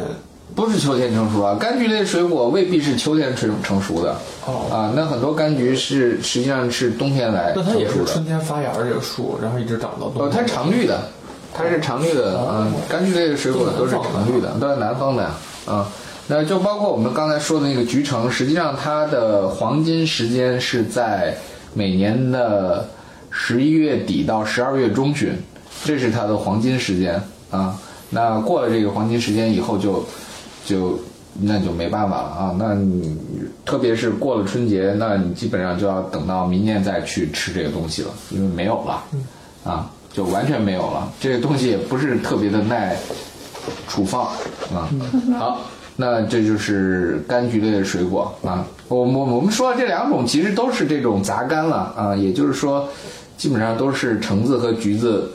S5: 不是秋天成熟啊。柑橘类水果未必是秋天成成熟的
S3: 哦
S5: 啊，那很多柑橘是实际上是冬天来
S3: 那
S5: 成
S3: 它也
S5: 熟
S3: 是
S5: 的
S3: 春。天发芽儿这个树，然后一直长到冬天。
S5: 呃，它是常绿的，它是常绿的，嗯，柑橘类的水果都是常绿的，都是南方的呀，啊，那就包括我们刚才说的那个橘橙，实际上它的黄金时间是在每年的十一月底到十二月中旬，这是它的黄金时间啊。那过了这个黄金时间以后就，就那就没办法了啊。那你特别是过了春节，那你基本上就要等到明年再去吃这个东西了，因为没有了。啊，就完全没有了。这个东西也不是特别的耐储放啊。好，那这就是柑橘类的水果啊。我我我们说的这两种其实都是这种杂柑了啊，也就是说，基本上都是橙子和橘子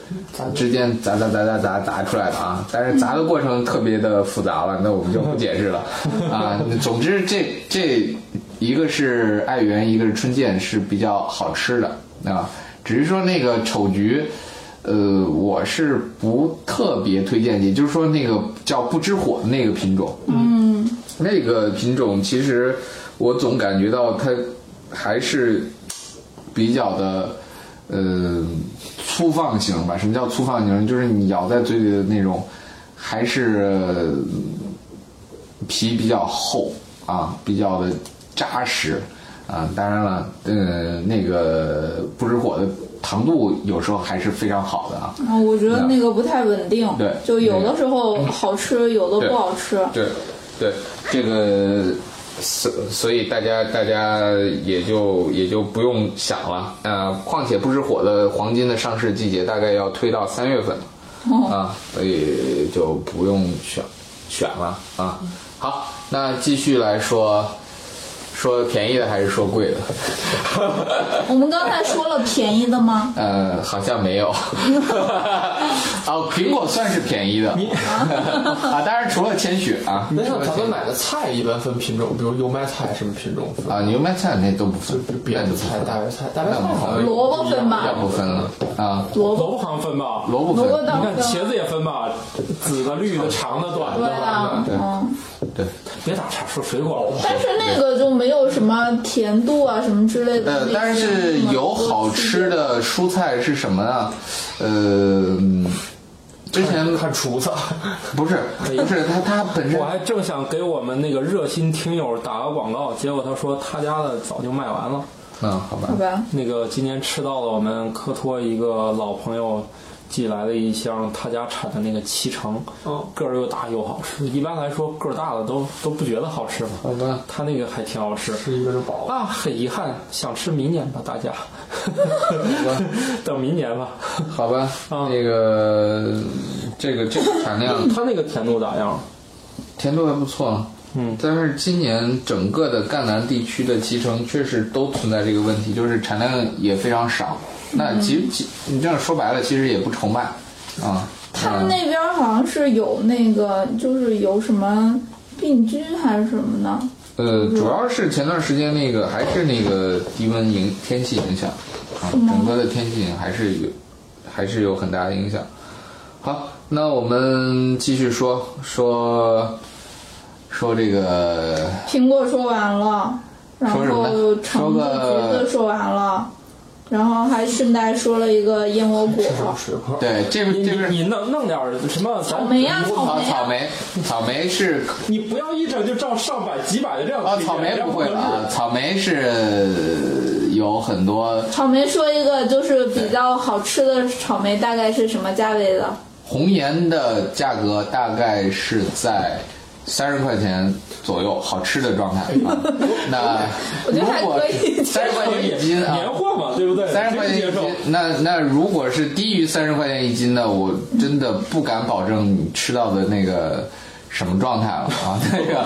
S5: 之间砸砸砸砸砸砸出来的啊。但是砸的过程特别的复杂了，那我们就不解释了啊。总之这这一个是爱媛，一个是春见，是比较好吃的啊。只是说那个丑橘，呃，我是不特别推荐，也就是说那个叫不知火的那个品种，嗯，那个品种其实我总感觉到它还是比较的。呃，粗放型吧。什么叫粗放型？就是你咬在嘴里的那种，还是呃皮比较厚啊，比较的扎实啊。当然了，呃，那个不知火的糖度有时候还是非常好的啊。
S4: 啊，我觉得那个不太稳定，
S5: 对
S4: 就有的时候好吃，有的不好吃。
S5: 对，对，这个所所以大家大家也就也就不用想了。呃，况且不知火的黄金的上市季节大概要推到三月份了、啊，所以就不用选选了啊。好，那继续来说。说便宜的还是说贵的？ [laughs]
S4: 我们刚才说了便宜的吗？
S5: 呃，好像没有。哦，苹果算是便宜的 [laughs] 啊，当然除了千雪啊，
S3: 那像咱们买的菜一般分品种，比如油麦菜什么品种分？
S5: 啊，牛麦菜那都不
S3: 就
S5: 分
S3: 比如，别
S5: 那
S3: 的
S5: 都不
S3: 菜，
S5: 分，
S3: 大白菜，大白菜好像
S4: 萝卜分吧
S5: 那不分了啊，
S6: 萝卜好像分吧，
S5: 萝卜嗯
S4: 萝卜
S5: 分，
S6: 你
S4: 当
S6: 看
S4: 分，
S6: 茄子也分吧，紫的、绿的、长的、短
S4: 对
S6: 的吧。
S4: 啊，嗯，
S5: 对，
S6: 别打岔，说水果了。
S4: 但是那个就没有什么甜度啊什么之类的。
S5: 呃，但是有好吃。的蔬菜是什么呢？呃，之前
S3: 看厨子，
S5: [laughs] 不是不是它它本身
S6: 我还正想给我们那个热心听友打个广告，结果他说他家的早就卖完了。
S5: 嗯，好吧
S4: 好，吧，
S6: 那个今年吃到了我们科托一个老朋友寄来的一箱他家产的那个脐橙，
S3: 嗯
S6: 个儿又大又好吃。一般来说个儿大的都都不觉得好吃嘛，
S5: 好吧，
S6: 他那个还挺好吃。
S3: 吃一个就饱了。
S6: 啊，很遗憾，想吃明年吧，大家， [laughs] 等明年吧。
S5: 好吧，
S6: 啊
S5: 那个这个这个产
S6: [laughs]
S5: 量
S6: 他那个甜度咋样？
S5: 甜度还不错，啊
S6: 嗯，
S5: 但是今年整个的赣南地区的脐橙确实都存在这个问题，就是产量也非常少。那其实其你这样说白了，其实也不愁卖啊。
S4: 他
S5: 嗯
S4: 们那边好像是有那个，就是有什么病菌还是什么的。
S5: 呃，主要是前段时间那个还是那个低温影天气影响啊，整个的天气还是有还是有很大的影响。好，那我们继续说说说这个
S4: 苹果说完了，然
S5: 说什么
S4: 后
S5: 呢说
S4: 橙子、
S5: 个
S4: 橘子说完了，然后还顺带说了一个燕窝果，
S3: 水果，
S5: 对这边
S6: 你
S5: 这
S6: 你
S5: 边
S6: 你弄弄点儿什么？咱
S4: 草莓呀、草
S5: 草
S4: 莓、
S5: 草莓草
S4: 啊，
S5: 莓是
S6: 你不要一整就照上百几百的这样
S5: 啊，
S6: 推荐
S5: 草莓不会
S6: 这样合
S5: 吧？
S6: 适
S5: 草莓是有很多
S4: 草莓说一个就是比较好吃的草莓，大概是什么价位的？
S5: 红颜的价格大概是在三十块钱左右，好吃的状态啊。那
S4: [laughs] 我觉得还
S5: 如果
S4: 可以
S5: 三十块钱一斤啊，
S6: [laughs] 年货嘛，对不对？
S5: 三十块钱
S6: 这个
S5: 一
S6: 接受
S5: 斤。那那如果是低于三十块钱一斤的，我真的不敢保证你吃到的那个什么状态了啊！那个，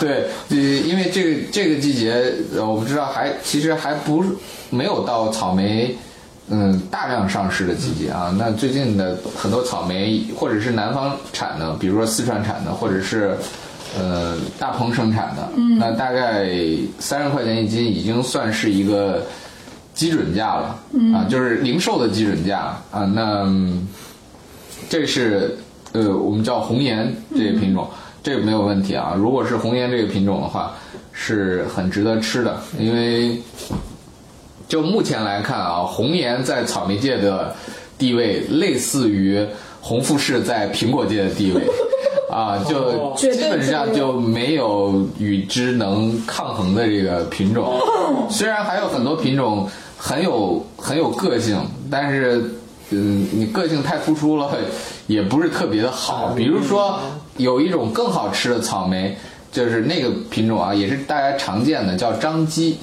S5: 对，呃因为这个这个季节，呃我们知道还其实还不是没有到草莓。嗯，大量上市的季节啊，那最近的很多草莓，或者是南方产的，比如说四川产的，或者是呃大棚生产的，
S6: 嗯
S5: 那大概三十块钱一斤，已经算是一个基准价了、啊，就是零售的基准价啊。那嗯这是呃我们叫红岩这个品种，这个没有问题啊。如果是红岩这个品种的话，是很值得吃的，因为就目前来看啊，红岩在草莓界的地位类似于红富士在苹果界的地位。 [laughs] 啊，就基
S4: 绝对
S5: 本上就没有与之能抗衡的这个品种。虽然还有很多品种很有很有个性，但是，嗯，你个性太突出了，也不是特别的好。比如说，有一种更好吃的草莓，就是那个品种啊，也是大家常见的，叫张鸡，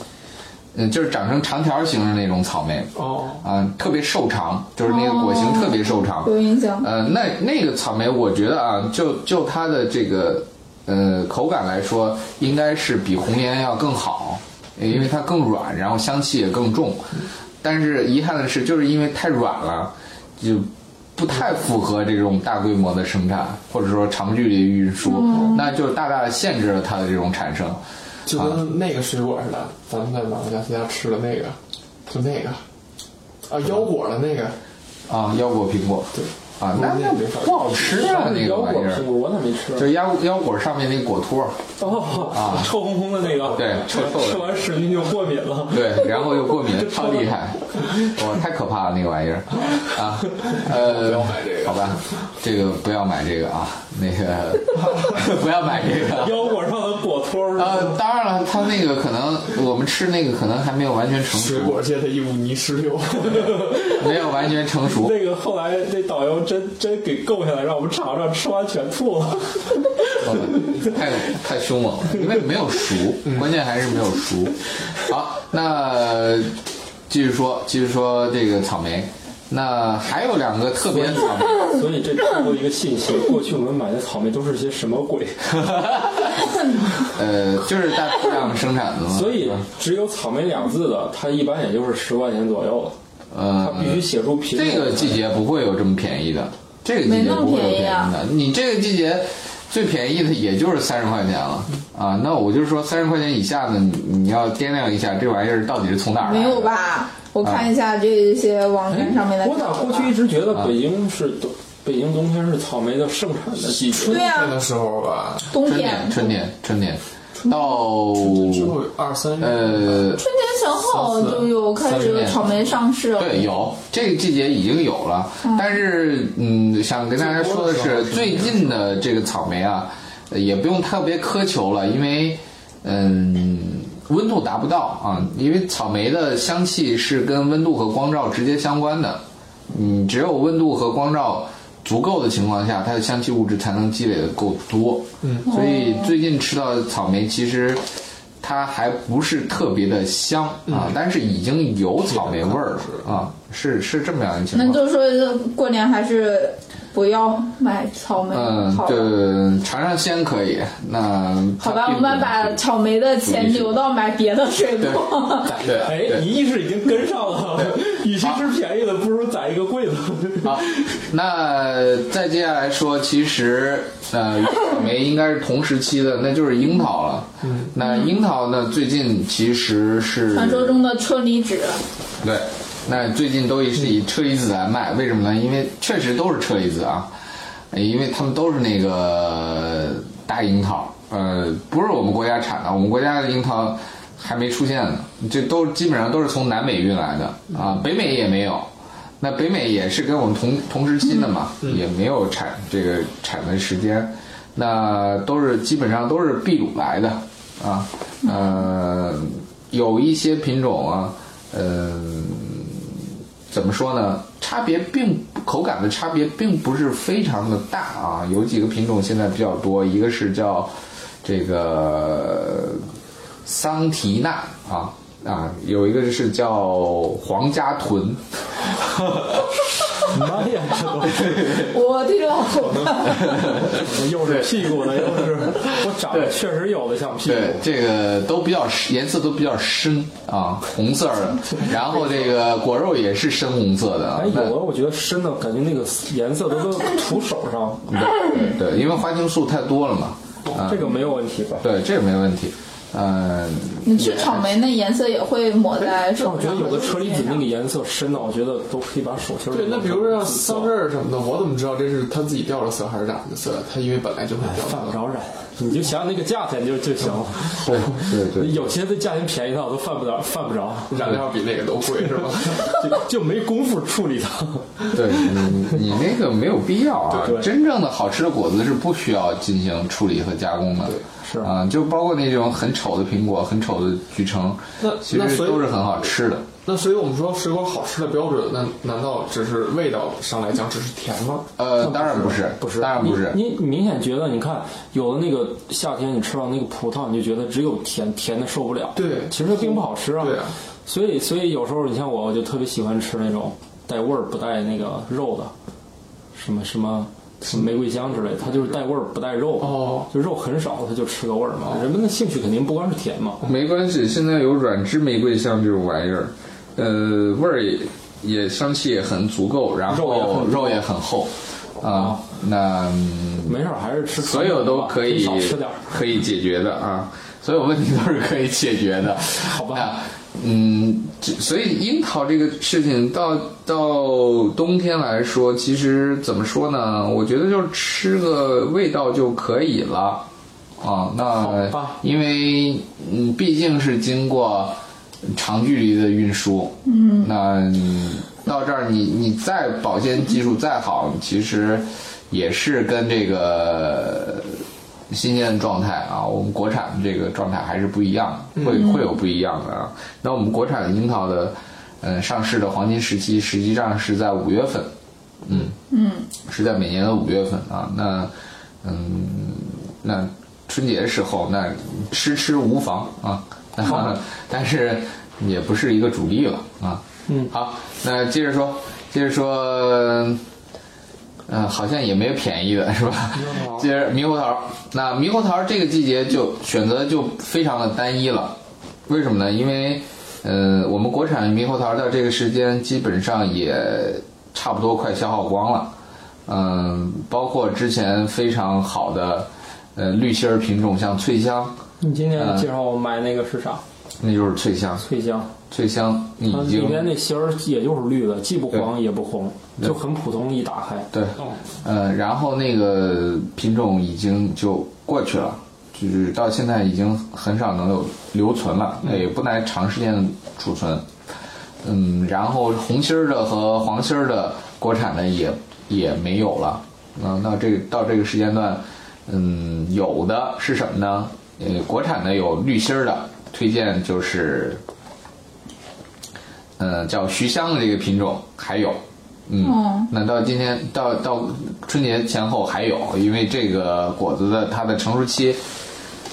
S5: 嗯，就是长成长条形的那种草莓，
S3: 哦，
S5: 啊，特别瘦长，就是那个果形特别瘦长。
S2: 哦
S4: 有印象。
S5: 呃，那那个草莓，我觉得啊，就就它的这个呃口感来说，应该是比红莲要更好，因为它更软，然后香气也更重。但是遗憾的是，就是因为太软了，就不太符合这种大规模的生产，或者说长距离运输，那就大大限制了它的这种产生。
S3: 就跟那个水果似的，咱们在马路牙斯家吃的那个，就那个，啊，腰果的那个，
S5: 啊，腰果苹果，
S3: 对，
S5: 啊，那那
S3: 没法
S5: 不好吃啊，那个
S6: 腰
S5: 玩
S6: 果
S5: 意
S6: 苹
S5: 儿，
S6: 果我咋没吃啊？
S5: 就腰腰果上面那果
S3: [laughs]
S5: 托儿，
S6: [laughs] 哦
S5: 啊，
S6: 臭烘烘的那个，
S5: 对臭臭的
S6: 吃完屎你就过敏了。 [laughs]
S5: 对，然后又过敏，超厉
S3: [laughs]
S5: 害，哇，太可怕了那个玩意儿啊，呃，好吧，这个不要买这个啊，那
S3: [laughs]
S5: 个不要买这个。啊
S6: 腰果上的果托儿
S5: 呃，当然了，它那个可能我们吃那个可能还没有完全成
S3: 水
S5: 熟，
S3: 果界的一五泥石榴，
S5: 没有完全成熟。
S6: 那个后来那导游真真给够下来，让我们尝尝，吃完全吐了。 [laughs]
S5: 太太凶猛了，因为没有熟，关键还是没有熟。好，那继续说，继续说这个草莓。那还有两个特别的草莓，
S6: 所以这透露一个信息：过去我们买的草莓都是些什么鬼？ [laughs]
S5: 呃，就是大批量生产的嘛，
S6: 所
S5: 是
S6: 以
S5: 吧
S6: 只有草莓两字的，它一般也就是十块钱左右了。它
S5: 呃，
S6: 必须写出品种。
S5: 这个季节不会有这么便宜的，这个季节不会有便宜
S4: 没那么
S5: 的。你这个季节最便宜的也就是三十块钱了啊！那我就说三十块钱以下的，你你要掂量一下这玩意儿到底是从哪儿来
S4: 没
S5: 的
S4: 有？吧？我看一下这些网站上面的。
S6: 啊哎我咋过去一直觉得北京是冬，北京冬天是草莓的盛产的季节。哎
S4: 对
S3: [laughs] 那
S4: 啊，
S3: 个时候吧，
S4: 冬
S5: 春
S4: 天
S5: 天，春天，春天，到
S3: 之后二三月，
S5: 呃，
S2: 春天前后就有开始有草莓上市了。
S5: 对，有这个季节已经有了，但是嗯，想跟大家说的是，最近的这个草莓啊，呃也不用特别苛求了，因为嗯，温度达不到啊，因为草莓的香气是跟温度和光照直接相关的，嗯，只有温度和光照。足够的情况下，它的香气物质才能积累的够多。嗯，所以最近吃到的草莓其实它还不是特别的香啊，但是已经有草莓味儿了啊，是是这么样的情
S4: 那
S5: 况。
S4: 就说过年还是不要买草莓
S5: 嗯，
S4: 好了。
S5: 对，尝尝鲜可以。那
S4: 好吧，我们把草莓的钱留到买别的水果。
S5: 对
S6: 哎，
S5: 对
S6: 你意识已经跟上了， [laughs] 与其吃便宜的，不如宰一个贵的。
S5: 好，那再接下来说，其实呃，草莓应该是同时期的，那就是樱桃了。嗯，那樱桃呢，最近其实是
S4: [laughs] 传说中的车厘子，
S5: 对，那最近都是以车厘子来卖，为什么呢？因为确实都是车厘子啊，因为他们都是那个大樱桃，呃，不是我们国家产的，我们国家的樱桃还没出现呢，这都基本上都是从南美运来的啊，北美也没有。那北美也是跟我们同同时期的嘛，也没有产这个产的时间，那都是基本上都是秘鲁来的啊，呃，有一些品种啊，嗯，怎么说呢？差别并口感的差别并不是非常的大啊。有几个品种现在比较多，一个是叫这个桑提纳啊啊，有一个是叫皇家豚，
S6: 妈呀，这都
S4: 我听
S6: [laughs]
S4: 着好口
S6: 又是屁股的，又
S5: [laughs]
S6: 是我长得确实有的像屁股。
S5: 对，这个都比较深颜色都比较深啊，红色儿的，然后这个果肉也是深红色的啊
S6: 哎，。有
S5: 那
S6: 的我觉得深的感觉那个颜色都
S4: [laughs]
S6: 跟涂手上，
S5: 对，因为花青素太多了嘛。啊
S6: 这个没有问题吧？
S5: 对，这个没问题。嗯，
S2: 你吃草莓那颜色也会抹在手
S6: 哎但
S2: 上。
S6: 我觉得有的车厘子那个颜色深的，我觉得都可以把手心儿
S3: 对，那比如说像桑葚
S6: 染
S3: 儿什么的，我怎么知道这是它自己掉了色还是染的色？它因为本来就会掉
S6: 犯不
S3: 色。
S6: 着染，你就想想那个价钱就就行了。
S5: 对对对，
S6: 有些的价钱便宜到都犯不着，犯不着，
S3: 染料比那个都贵是吧？
S6: 就就没工夫处理它。
S5: 对你你那个没有必要啊
S6: 对，对
S5: 真正的好吃的果子是不需要进行处理和加工的。
S6: 是
S5: 啊、就包括那种很丑的苹果、很丑的橘橙
S3: 那，
S5: 其
S3: 那
S5: 实
S3: 所以
S5: 都是很好吃的。
S3: 那所以我们说水果好吃的标准，那难道只是味道上来讲只是甜吗？
S5: 呃，当然不是，不是，当然不是。
S6: 你你明显觉得，你看有的那个夏天，你吃到那个葡萄，你就觉得只有甜，甜的受不了。
S3: 对
S6: 其实它并不好吃啊。
S3: 对啊
S6: 所以所以有时候你像我，我就特别喜欢吃那种带味儿不带那个肉的，什么什么。什么玫瑰香之类的，它就是带味儿不带肉，
S3: 哦，
S6: 就肉很少，它就吃个味儿
S5: 哦
S6: 嘛。人们的兴趣肯定不光是甜嘛，
S5: 没关系，现在有软枝玫瑰香这种玩意儿，呃，味儿也也香气也很足够，然
S6: 肉也很足
S5: 后
S6: 够
S5: 肉也很厚，啊、那、嗯
S6: 没事儿还是吃
S5: 所有都可以
S6: 少吃点儿。
S5: 可以解决的啊，所有问题都是可以解决的，好
S6: 吧
S5: 嗯，这所以樱桃这个事情到到冬天来说，其实怎么说呢？我觉得就吃个味道就可以了啊。那
S6: 吧
S5: 因为嗯，毕竟是经过长距离的运输，嗯，那你到这儿你你再保鲜技术再好，其实也是跟这个新鲜的状态啊，我们国产这个状态还是不一样的，会会有不一样的啊。那我们国产樱桃的，嗯、上市的黄金时期实际上是在五月份，嗯嗯，是在每年的五月份啊。那嗯，那春节的时候，那吃吃无妨啊，那 [laughs] 但是也不是一个主力了啊。嗯，好，那接着说，接着说。嗯，好像也没有便宜的是吧？接着猕猴桃，那猕猴桃这个季节就选择就非常的单一了，为什么呢？因为，呃，我们国产猕猴桃到这个时间基本上也差不多快消耗光了，嗯，包括之前非常好的，呃，绿心儿品种像翠香，
S6: 你今天
S5: 嗯
S6: 介绍我买那个是啥？
S5: 那就是翠香，
S6: 脆香，
S5: 翠香已
S6: 它啊里
S5: 经
S6: 面那芯儿也就是绿的，既不黄也不红，就很普通。一打开，
S5: 对，呃，然后那个品种已经就过去了，就是到现在已经很少能有留存了，
S6: 嗯
S5: 也不难长时间储存。嗯，然后红心儿的和黄心儿的国产的也也没有了。嗯，那这个到这个时间段，嗯，有的是什么呢？呃，国产的有绿心儿的，推荐就是，呃，叫徐香的这个品种还有，嗯，
S2: 哦
S5: 那到今天到到春节前后还有，因为这个果子的它的成熟期，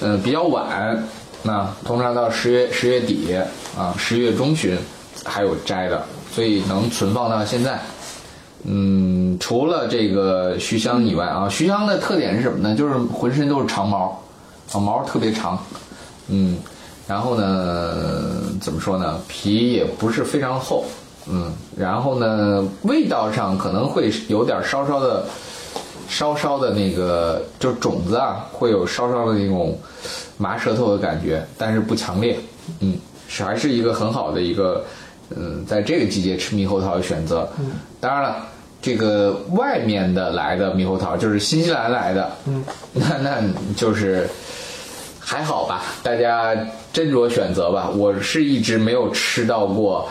S5: 呃，比较晚，那通常到十月十月底啊，十月中旬还有摘的，所以能存放到现在。嗯，除了这个徐香以外啊，徐香的特点是什么呢？就是浑身都是长毛，啊，毛特别长，嗯，然后呢，怎么说呢？皮也不是非常厚，嗯，然后呢，味道上可能会有点稍稍的，稍稍的那个，就种子啊，会有稍稍的那种麻舌头的感觉，但是不强烈，嗯，是还是一个很好的一个，嗯，在这个季节吃猕猴桃的选择。当然了，这个外面的来的猕猴桃就是新西兰来的，嗯，那那就是。还好吧，大家斟酌选择吧。我是一直没有吃到过，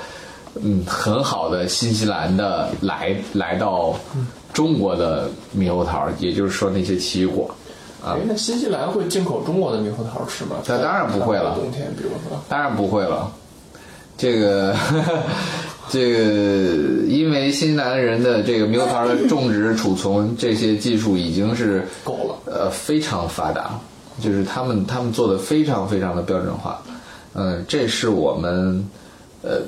S5: 嗯，很好的新西兰的来来到中国的猕猴桃，也就是说那些奇异果。
S3: 哎，那新西兰会进口中国的猕猴桃吃吗？
S5: 那当然不会了
S3: 冬天，比如说，
S5: 当然不会了，这个 [laughs] 这个，因为新西兰人的这个猕猴桃的种植、储存这些技术已经是
S3: 够了
S5: 呃，非常发达，就是他们他们做的非常非常的标准化，嗯、这是我们呃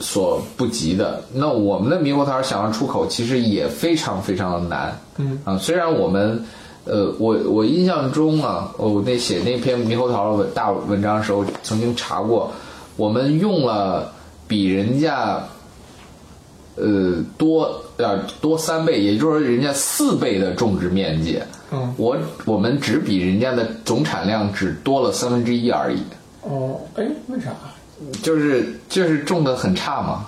S5: 所不及的。那我们的猕猴桃想要出口，其实也非常非常的难。嗯啊，虽然我们呃，我我印象中啊，我那写那篇猕猴桃的文大文章的时候，曾经查过，我们用了比人家呃多呃多三倍，也就是说人家四倍的种植面积。
S3: 嗯，
S5: 我我们只比人家的总产量只多了三分之一而已。
S3: 哦，哎，为啥？
S5: 就是就是种的很差嘛，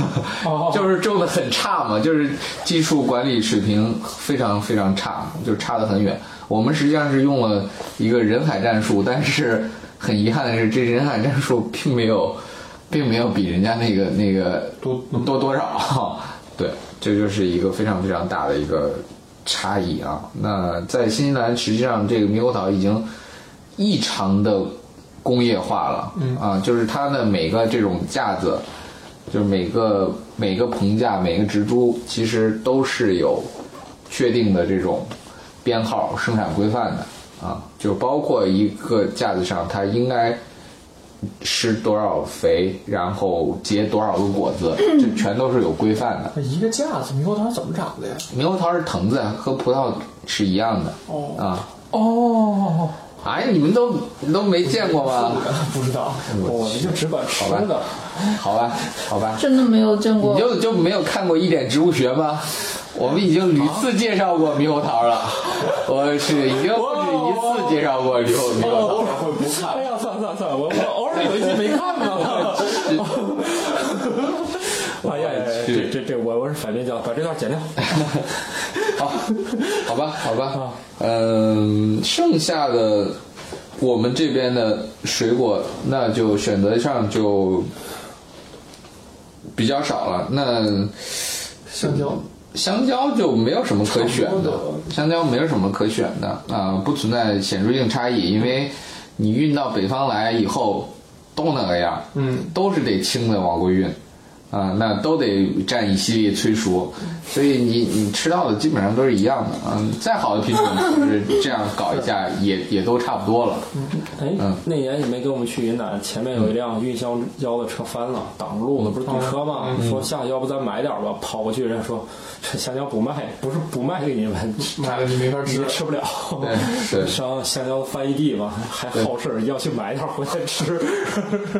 S5: [laughs] 就是种的很差嘛，就是技术管理水平非常非常差，就差得很远。我们实际上是用了一个人海战术，但是很遗憾的是，这人海战术并没有，并没有比人家那个那个
S3: 多
S5: 多多少。 [laughs] 对，这就是一个非常非常大的一个差异啊。那在新西兰，实际上这个猕猴桃已经异常的工业化了，嗯啊，就是它的每个这种架子，就是每个每个棚架、每个植株，其实都是有确定的这种编号、生产规范的啊，就包括一个架子上它应该。施多少肥，然后结多少个果
S6: [clears throat]
S5: 子，这全都是有规范的。
S3: 那一个架子，猕猴桃怎么长的呀？
S5: 猕猴桃是藤子，和葡萄是一样的。
S3: 哦
S5: 啊，
S3: 哦，
S5: 哎，你们都你都没见过 [laughs] 吗？
S3: 不知道，
S6: 我们就只管吃的。
S5: 好吧，好吧，
S2: 真的没有见
S5: 你
S2: 过。
S5: 就就没有看过一点植物学吗？我们已经屡次介绍过猕猴桃了，我是已经不止一次介绍过猕猴猕猴桃。
S3: 会不看。
S6: [laughs] 哎呀，算了算了算了，我我偶尔有一些没看嘛。 [laughs] 哎呀，这这这，我我是反面教材，把这段剪掉。
S5: 哎
S6: 哎
S5: 好，好吧，好吧，嗯，剩下的我们这边的水果，那就选择上就比较少了。那
S3: 香蕉，
S5: 香蕉就没有什么可选的，香蕉没有什么可选的啊、不存在显著性差异，因为你运到北方来以后都那个样儿，
S3: 嗯，
S5: 都是得轻的往回运。啊，那都得占一系列催熟，
S2: 嗯
S5: 所以你你吃到的基本上都是一样的，嗯，再好的品种就是这样搞一下也也都差不多了，
S2: 嗯
S6: 哎，
S5: 嗯
S6: 那年你没跟我们去云南，前面有一辆运香蕉的车翻了，挡着
S5: 嗯
S6: 路了，不是堵车吗？说下去，要不咱买点吧？跑过去，人家说这香蕉不卖，不是不卖给你
S5: [laughs]
S6: 们，
S3: 买了你没法
S6: 你
S3: 吃
S6: 们。吃不了。
S5: 对对
S6: 伤香蕉翻一地嘛，还好事儿要去买点儿回来
S5: [laughs]
S6: 吃。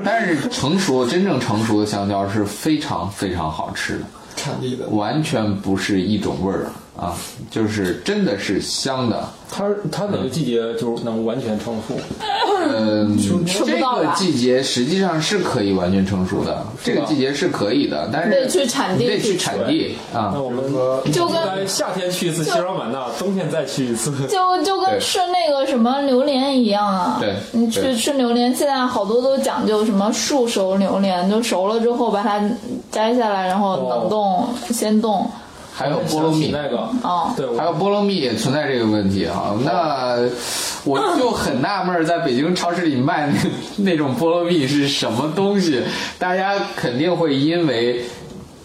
S5: 但是成熟真正成熟的香蕉是非常非常好吃的，
S3: 产地的，
S5: 完全不是一种味儿啊，就是真的是香的。
S6: 它它哪个季节就能完全成熟？
S5: 嗯，
S2: 吃
S5: 这
S2: 不到
S5: 个
S2: 吧
S5: 季节实际上是可以完全成熟的，这个季节是可以的，但是
S2: 你得去产地
S5: 你得去
S2: 去
S5: 产地啊
S6: 那。我们
S2: 就
S6: 应
S2: 跟
S6: 该夏天去一次西双版纳，冬天再去一次。 [laughs]
S2: 就就
S5: 对
S2: 跟吃那个什么榴莲一样啊，
S5: 对
S2: 你
S5: 对
S2: 去吃榴莲，现在好多都讲究什么速熟榴莲，就熟了之后把它摘下来，然后冷冻、鲜冻，
S5: 还有菠萝蜜，
S6: 那个，
S2: 哦，
S6: 对，我
S5: 还有菠萝蜜也存在这个问题啊。那我就很纳闷儿，在北京超市里卖那那种菠萝蜜是什么东西？大家肯定会因为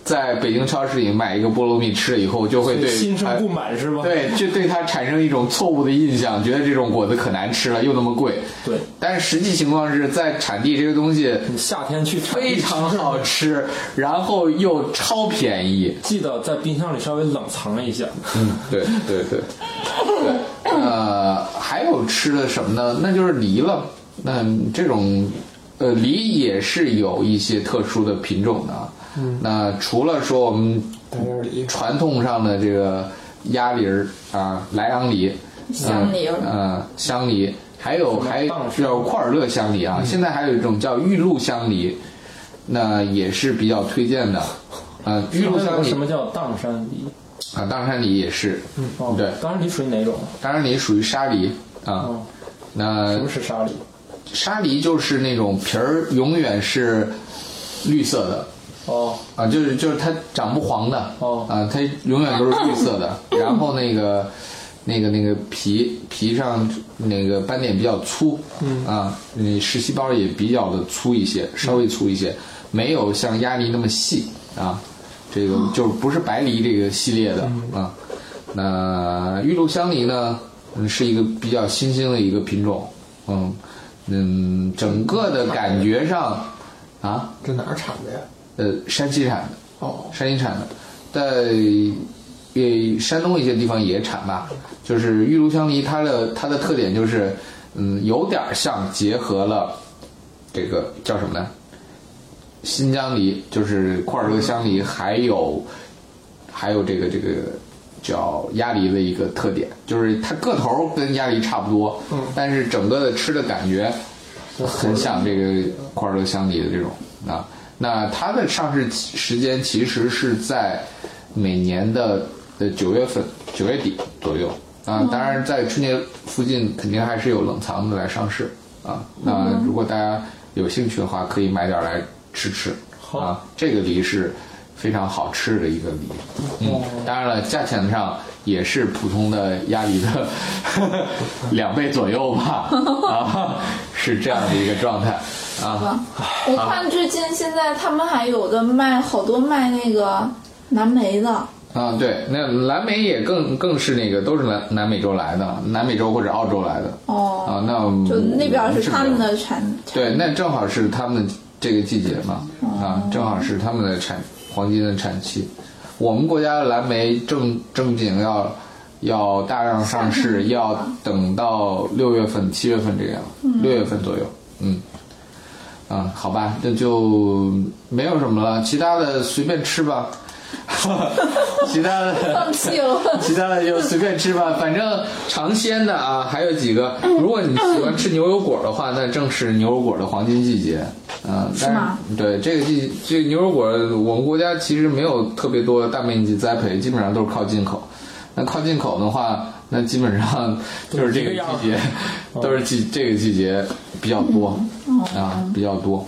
S5: 在北京超市里买一个菠萝蜜吃了以后，就会对
S6: 心生
S5: 哎
S6: 不满是吗？
S5: 对，就对它产生一种错误的印象，觉得这种果子可难吃了，又那么贵。
S6: 对，嗯
S5: 但是实际情况是在产地这个东西
S6: 你夏天去产地
S5: 非常好吃，然后又超便宜。
S6: 记得在冰箱里稍微冷藏一下。
S5: 对对对，对，呃，还有吃的什么呢？那就是梨了。那这种，呃，梨也是有一些特殊的品种的啊。
S6: 嗯
S5: 那除了说我们
S3: 大院里
S5: 传统上的这个鸭梨儿啊、莱昂梨、
S2: 香梨儿
S5: 嗯、呃香梨，还有还
S6: 棒嗯
S5: 有
S6: 是
S5: 叫库尔勒香梨啊，现在还有一种叫玉露香梨，那也是比较推荐的。呃，玉露香梨
S6: 什么叫砀山梨？
S5: 啊，当山梨也是，
S6: 哦
S5: 对
S6: 砀山梨属于哪种？
S5: 当然，梨属于沙梨啊。
S6: 哦
S5: 那
S6: 什么是沙梨？
S5: 沙梨就是那种皮儿永远是绿色的
S6: 哦，
S5: 啊，就是就是它长不黄的
S6: 哦
S5: 啊，它永远都是绿色的。然后那个那个那个皮皮上那个斑点比较粗，嗯啊，你实细胞也比较的粗一些，稍微粗一些，没有像鸭梨那么细啊。这个就是不是白梨这个系列的啊。那玉露香梨呢，嗯是一个比较新兴的一个品种，嗯嗯，整个的感觉上啊，
S3: 这哪儿产的呀？
S5: 呃，山西产的，
S3: 哦，
S5: 山西产的，在呃山东一些地方也产吧。就是玉露香梨，它的它的特点就是，嗯，有点像结合了这个叫什么呢？新疆梨，就是库尔勒香梨，还有还有这个这个叫鸭梨的一个特点，就是它个头跟鸭梨差不多，但是整个的吃的感觉很像这个块乐乡里的这种啊。那它的上市时间其实是在每年的呃九月份、九月底左右啊。当然，在春节附近肯定还是有冷藏的来上市啊。那如果大家有兴趣的话，可以买点儿来吃吃啊。这个梨是非常好吃的一个梨，嗯，当然了，价钱上也是普通的鸭梨的 [laughs] 两倍左右
S4: [laughs]
S5: 吧，啊，是这样的一个状态啊。
S4: 我看最近现在他们还有的卖好多卖那个蓝莓的，
S5: 啊，对，那蓝莓也更更是那个都是南南美洲来的，南美洲或者澳洲来的
S4: 哦，
S5: 啊，那
S4: 就那边
S5: 我
S4: 是他们
S5: 没有
S4: 的产产
S5: 对，那正好是他们这个季节嘛，啊，
S4: 哦
S5: 正好是他们的产黄金的产期。我们国家的蓝莓正正经要要大量上市，
S4: [laughs]
S5: 要等到六月份、七月份这个样，六月份左右，嗯。啊，好吧，那就没有什么了，其他的随便吃
S4: [laughs]
S5: 吧。 [laughs] 其他的
S4: 放弃了。
S2: [laughs]
S5: 其他的就随便吃吧，反正尝鲜的啊，还有几个。如果你喜欢吃牛油果的话，那正是牛油果的黄金季节。嗯，但
S4: 吗
S5: 是对这个季，这个牛油果，我们国家其实没有特别多的大面积栽培，基本上都是靠进口。那靠进口的话，那基本上就是这个季节，都是季这个季节比较多啊，比较多。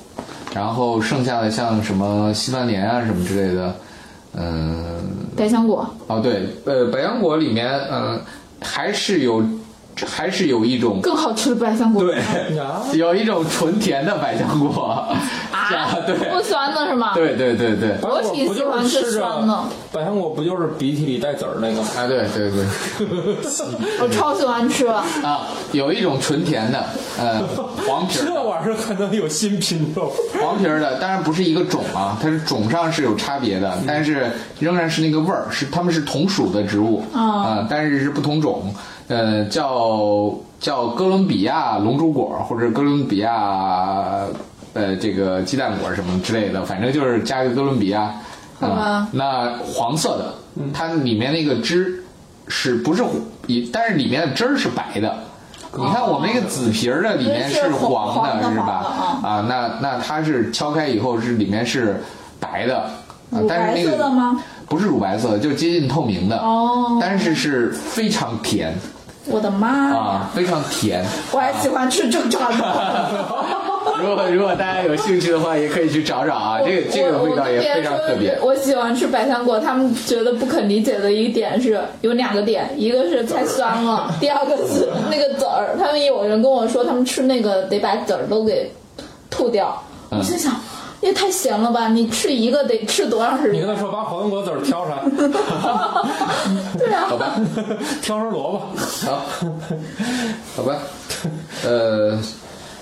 S5: 然后剩下的像什么西番莲啊什么之类的，嗯，
S2: 百香果，
S5: 哦，对，呃，百香果里面，嗯、还是有，还是有一种，
S2: 更好吃的百香果。
S5: 对，有一种纯甜的百香果，是啊，
S2: [laughs]
S5: 对，
S2: 不酸的是吗？，
S5: 对对对对，
S2: 我挺喜欢吃酸的，
S6: 百香果不就是鼻涕里带籽儿那个吗？ [laughs]
S5: 啊，对对对，
S2: 我超喜欢吃。
S5: 啊，有一种纯甜的，呃，黄皮儿
S6: 这
S5: 的，
S6: 玩意儿还能有新品种？
S5: 黄皮儿的，当然不是一个种啊，它是种上是有差别
S4: 嗯
S5: 的，但是仍然是那个味儿，是它们是同属的植物啊、
S4: 哦
S5: 但是是不同种，呃，叫叫哥伦比亚龙珠果或者哥伦比亚呃这个鸡蛋果什么之类的，反正就是加个哥伦比亚啊、那黄色的，
S4: 嗯
S5: 它里面那个汁是不是也，但是里面的汁儿是白的。你看我们那个紫皮儿的里面是黄
S4: 哦黄的
S5: 是
S4: 黄
S5: 吧
S4: 的？啊
S5: 啊，那那它是敲开以后是里面是白的，啊
S4: 乳，
S5: 但
S4: 白
S5: 是那
S4: 色的
S5: 个
S4: 吗？
S5: 不是乳白色的，就是接近透明的，
S4: 哦
S5: 但是是非常甜
S4: 我的妈呀！
S5: 啊，非常
S4: [laughs]
S5: 甜。
S4: 我还喜欢吃正常的。
S5: 如果如果大家有兴趣的话，也可以去找找啊， [laughs] 这个这个味道也非常特别。
S2: 我喜欢吃百香果，他们觉得不肯理解的一点是有两个点，一个是太酸
S5: [laughs]
S2: 了，第二个是那个籽儿。他们有人跟我说，他们吃那个得把籽儿都给吐掉。
S5: 嗯
S2: 我心想，也太咸了吧！你吃一个得吃多长时
S6: [laughs] 你
S2: 间
S5: [laughs]
S6: 跟？他说把黄瓜籽儿挑出来，
S2: 对啊，
S6: [laughs] 挑成萝卜。
S5: 好， [laughs] 好吧，呃，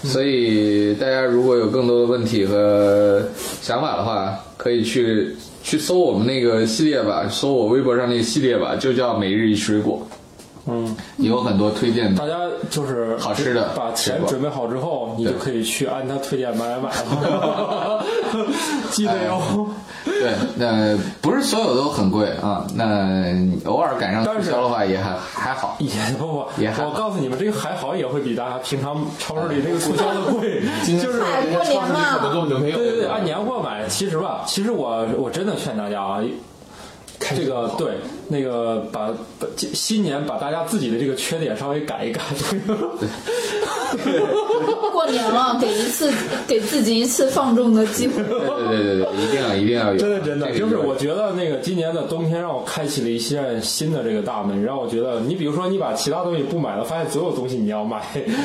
S5: 所以大家如果有更多的问题和想法的话，可以去去搜我们那个系列吧，搜我微博上那个系列吧，就叫每日一水果，
S6: 嗯，
S5: 有很多推荐的
S6: 大。家就是
S5: 好吃的
S6: 把
S5: 水
S6: 钱
S5: 果
S6: 准备好之后，你就可以去按他推荐买买买 [laughs] 了。记得哟，
S5: 对，那不是所有都很贵啊，那偶尔赶上促销的话也还还好。
S6: 也不不，
S5: 也还好
S6: 我告诉你们，这个还好也会比大家平常超市里那个促销的 [laughs] 贵，就是。
S4: 哎过年
S3: 可
S4: 嘛，
S3: 能根本就没有。
S6: 对对对，按年货买。其实吧，其实我我真的劝大家啊，这个对那个把把这新年把大家自己的这个缺点稍微改一改。
S2: 过年了，给一次给自己一次放纵的机会。
S5: 对对对对对，一定要一定要有。
S6: 真的真的，
S5: 这个
S6: 就是
S5: 有
S6: 我觉得那个今年的冬天让我开启了一扇新的这个大门，让我觉得你比如说你把其他东西不买了，发现所有东西你要买，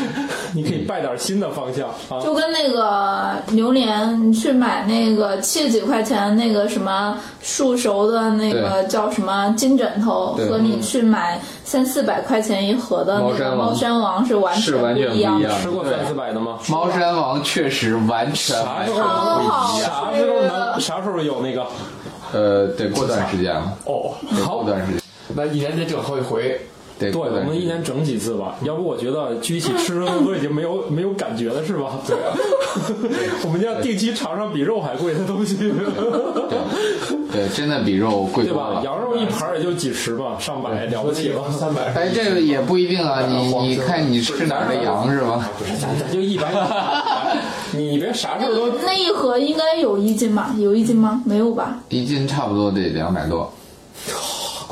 S6: [laughs] 你可以拜点新的方向啊。
S2: 就跟那个榴莲，你去买那个七十几块钱那个什么树熟的那个叫什么金枕头，
S5: 对
S2: 和你去买三四百块钱一盒的那个猫
S5: 猫山
S2: 山王是完
S5: 是
S2: 全
S5: 完全不
S2: 一
S5: 一样
S2: 样的。
S5: 的。
S6: 吃过
S5: 对
S6: 三四百的吗？
S5: 猫山王确实完全
S6: 啥
S5: 完
S6: 时
S5: 全
S6: 候能
S5: 不一样。
S6: 啥时候能啥时候有那个？
S5: 呃，得过段时间了，
S3: 哦，
S5: 得过段时间，
S3: 那一年得整好几回，
S5: 得
S6: 对，
S5: 过
S6: 我
S5: 段
S6: 们
S5: 时
S6: 一
S5: 间。
S6: 年整几次吧，要不我觉得聚一起吃吃喝喝已经没有 [laughs] 没有感觉了，是吧？ [laughs] 对啊，我们要定期尝尝比肉还贵的东西。
S5: 对，真的比肉
S6: [laughs]
S5: 贵
S6: 对
S5: 多
S6: 吧？
S5: 了。
S6: 羊肉一盘儿也就几十嘛，上百了不起了，
S3: 三百，
S5: 哎，这个也不一定啊，你
S3: 黄
S5: 你
S3: 色
S5: 看你吃哪儿的羊是吧？
S6: 咱咱就一百。 [laughs] 你别啥事儿都
S2: 那一盒应该有一斤吧？有一斤吗？没有吧？
S5: 一斤差不多得两百多，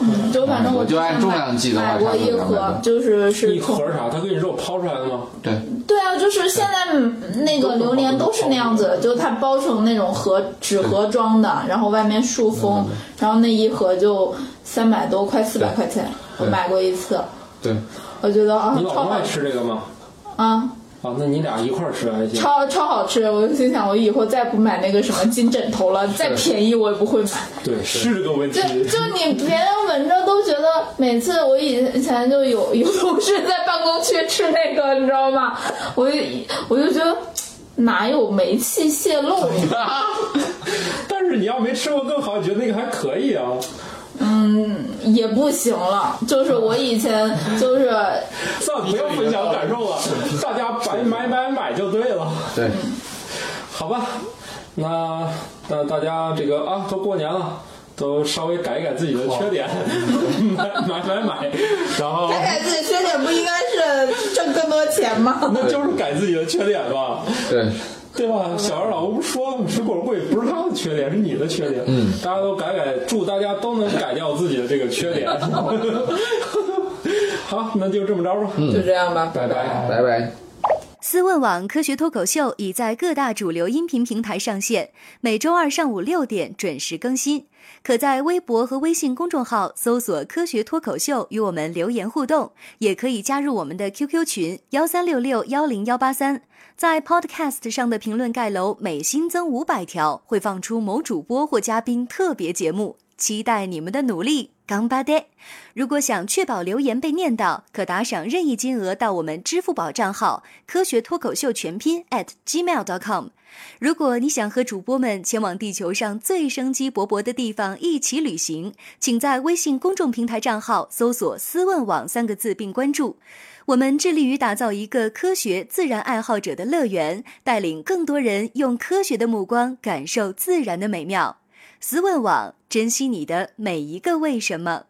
S2: 嗯，就反正
S5: 我
S2: 我
S5: 就按重量计的话
S2: 买过一
S5: 差不多两百
S2: 盒
S5: 多，
S2: 就是是
S6: 一盒儿啥，他给你肉抛出来的吗？
S5: 对，
S2: 对啊，就是现在嗯那个榴莲都是那样子，就它包成那种盒纸盒装的，然后外面塑封，然后那一盒就三百多，快四百块钱。我买过一次，
S5: 对，
S2: 我觉得啊
S6: 你，老
S2: 超
S6: 公
S2: 好
S6: 爱吃这个吗？
S2: 啊，
S6: 啊，那你俩一块儿吃还行。
S2: 超超好吃。我就心想，我以后再不买那个什么金枕头了，再便宜我也不会买。
S6: 对，是个问题
S2: 就。就你别人闻着都觉得，每次我以前就有有同事在办公区吃那个，你知道吗？我就我就觉得哪有煤气泄漏？
S6: 但是你要没吃过更好，你觉得那个还可以啊？
S2: 也不行了，就是我以前就是
S6: 算了，不要分享感受了，大家白买买买就对了。
S5: 对，
S6: 好吧，那那大家这个啊，都过年了，都稍微改一改自己的缺点，买 [laughs] 买买买，然后
S4: 改改自己缺点不应该是挣更多钱吗？
S6: 那就是改自己的缺点吧，
S5: 对，
S6: 对吧？小二老不是说了吗？水果贵不是他的缺点，是你的缺点。
S5: 嗯，
S6: 大家都改改，祝大家都能改掉自己的这个缺点。好，那就这么着吧。嗯，
S4: 就这样吧，拜拜。
S5: 拜拜。
S7: 思问网科学脱口秀已在各大主流音频平台上线，每周二上午六点准时更新。可在微博和微信公众号搜索“科学脱口秀”与我们留言互动，也可以加入我们的 QQ 群幺三六六幺零幺八三。在 Podcast 上的评论盖楼每新增五百条，会放出某主播或嘉宾特别节目。期待你们的努力，干巴爹！如果想确保留言被念到，可打赏任意金额到我们支付宝账号“科学脱口秀全拼 ”at gmail.com。如果你想和主播们前往地球上最生机勃勃的地方一起旅行，请在微信公众平台账号搜索“思问网”三个字并关注。我们致力于打造一个科学自然爱好者的乐园，带领更多人用科学的目光感受自然的美妙。思问网，珍惜你的每一个为什么。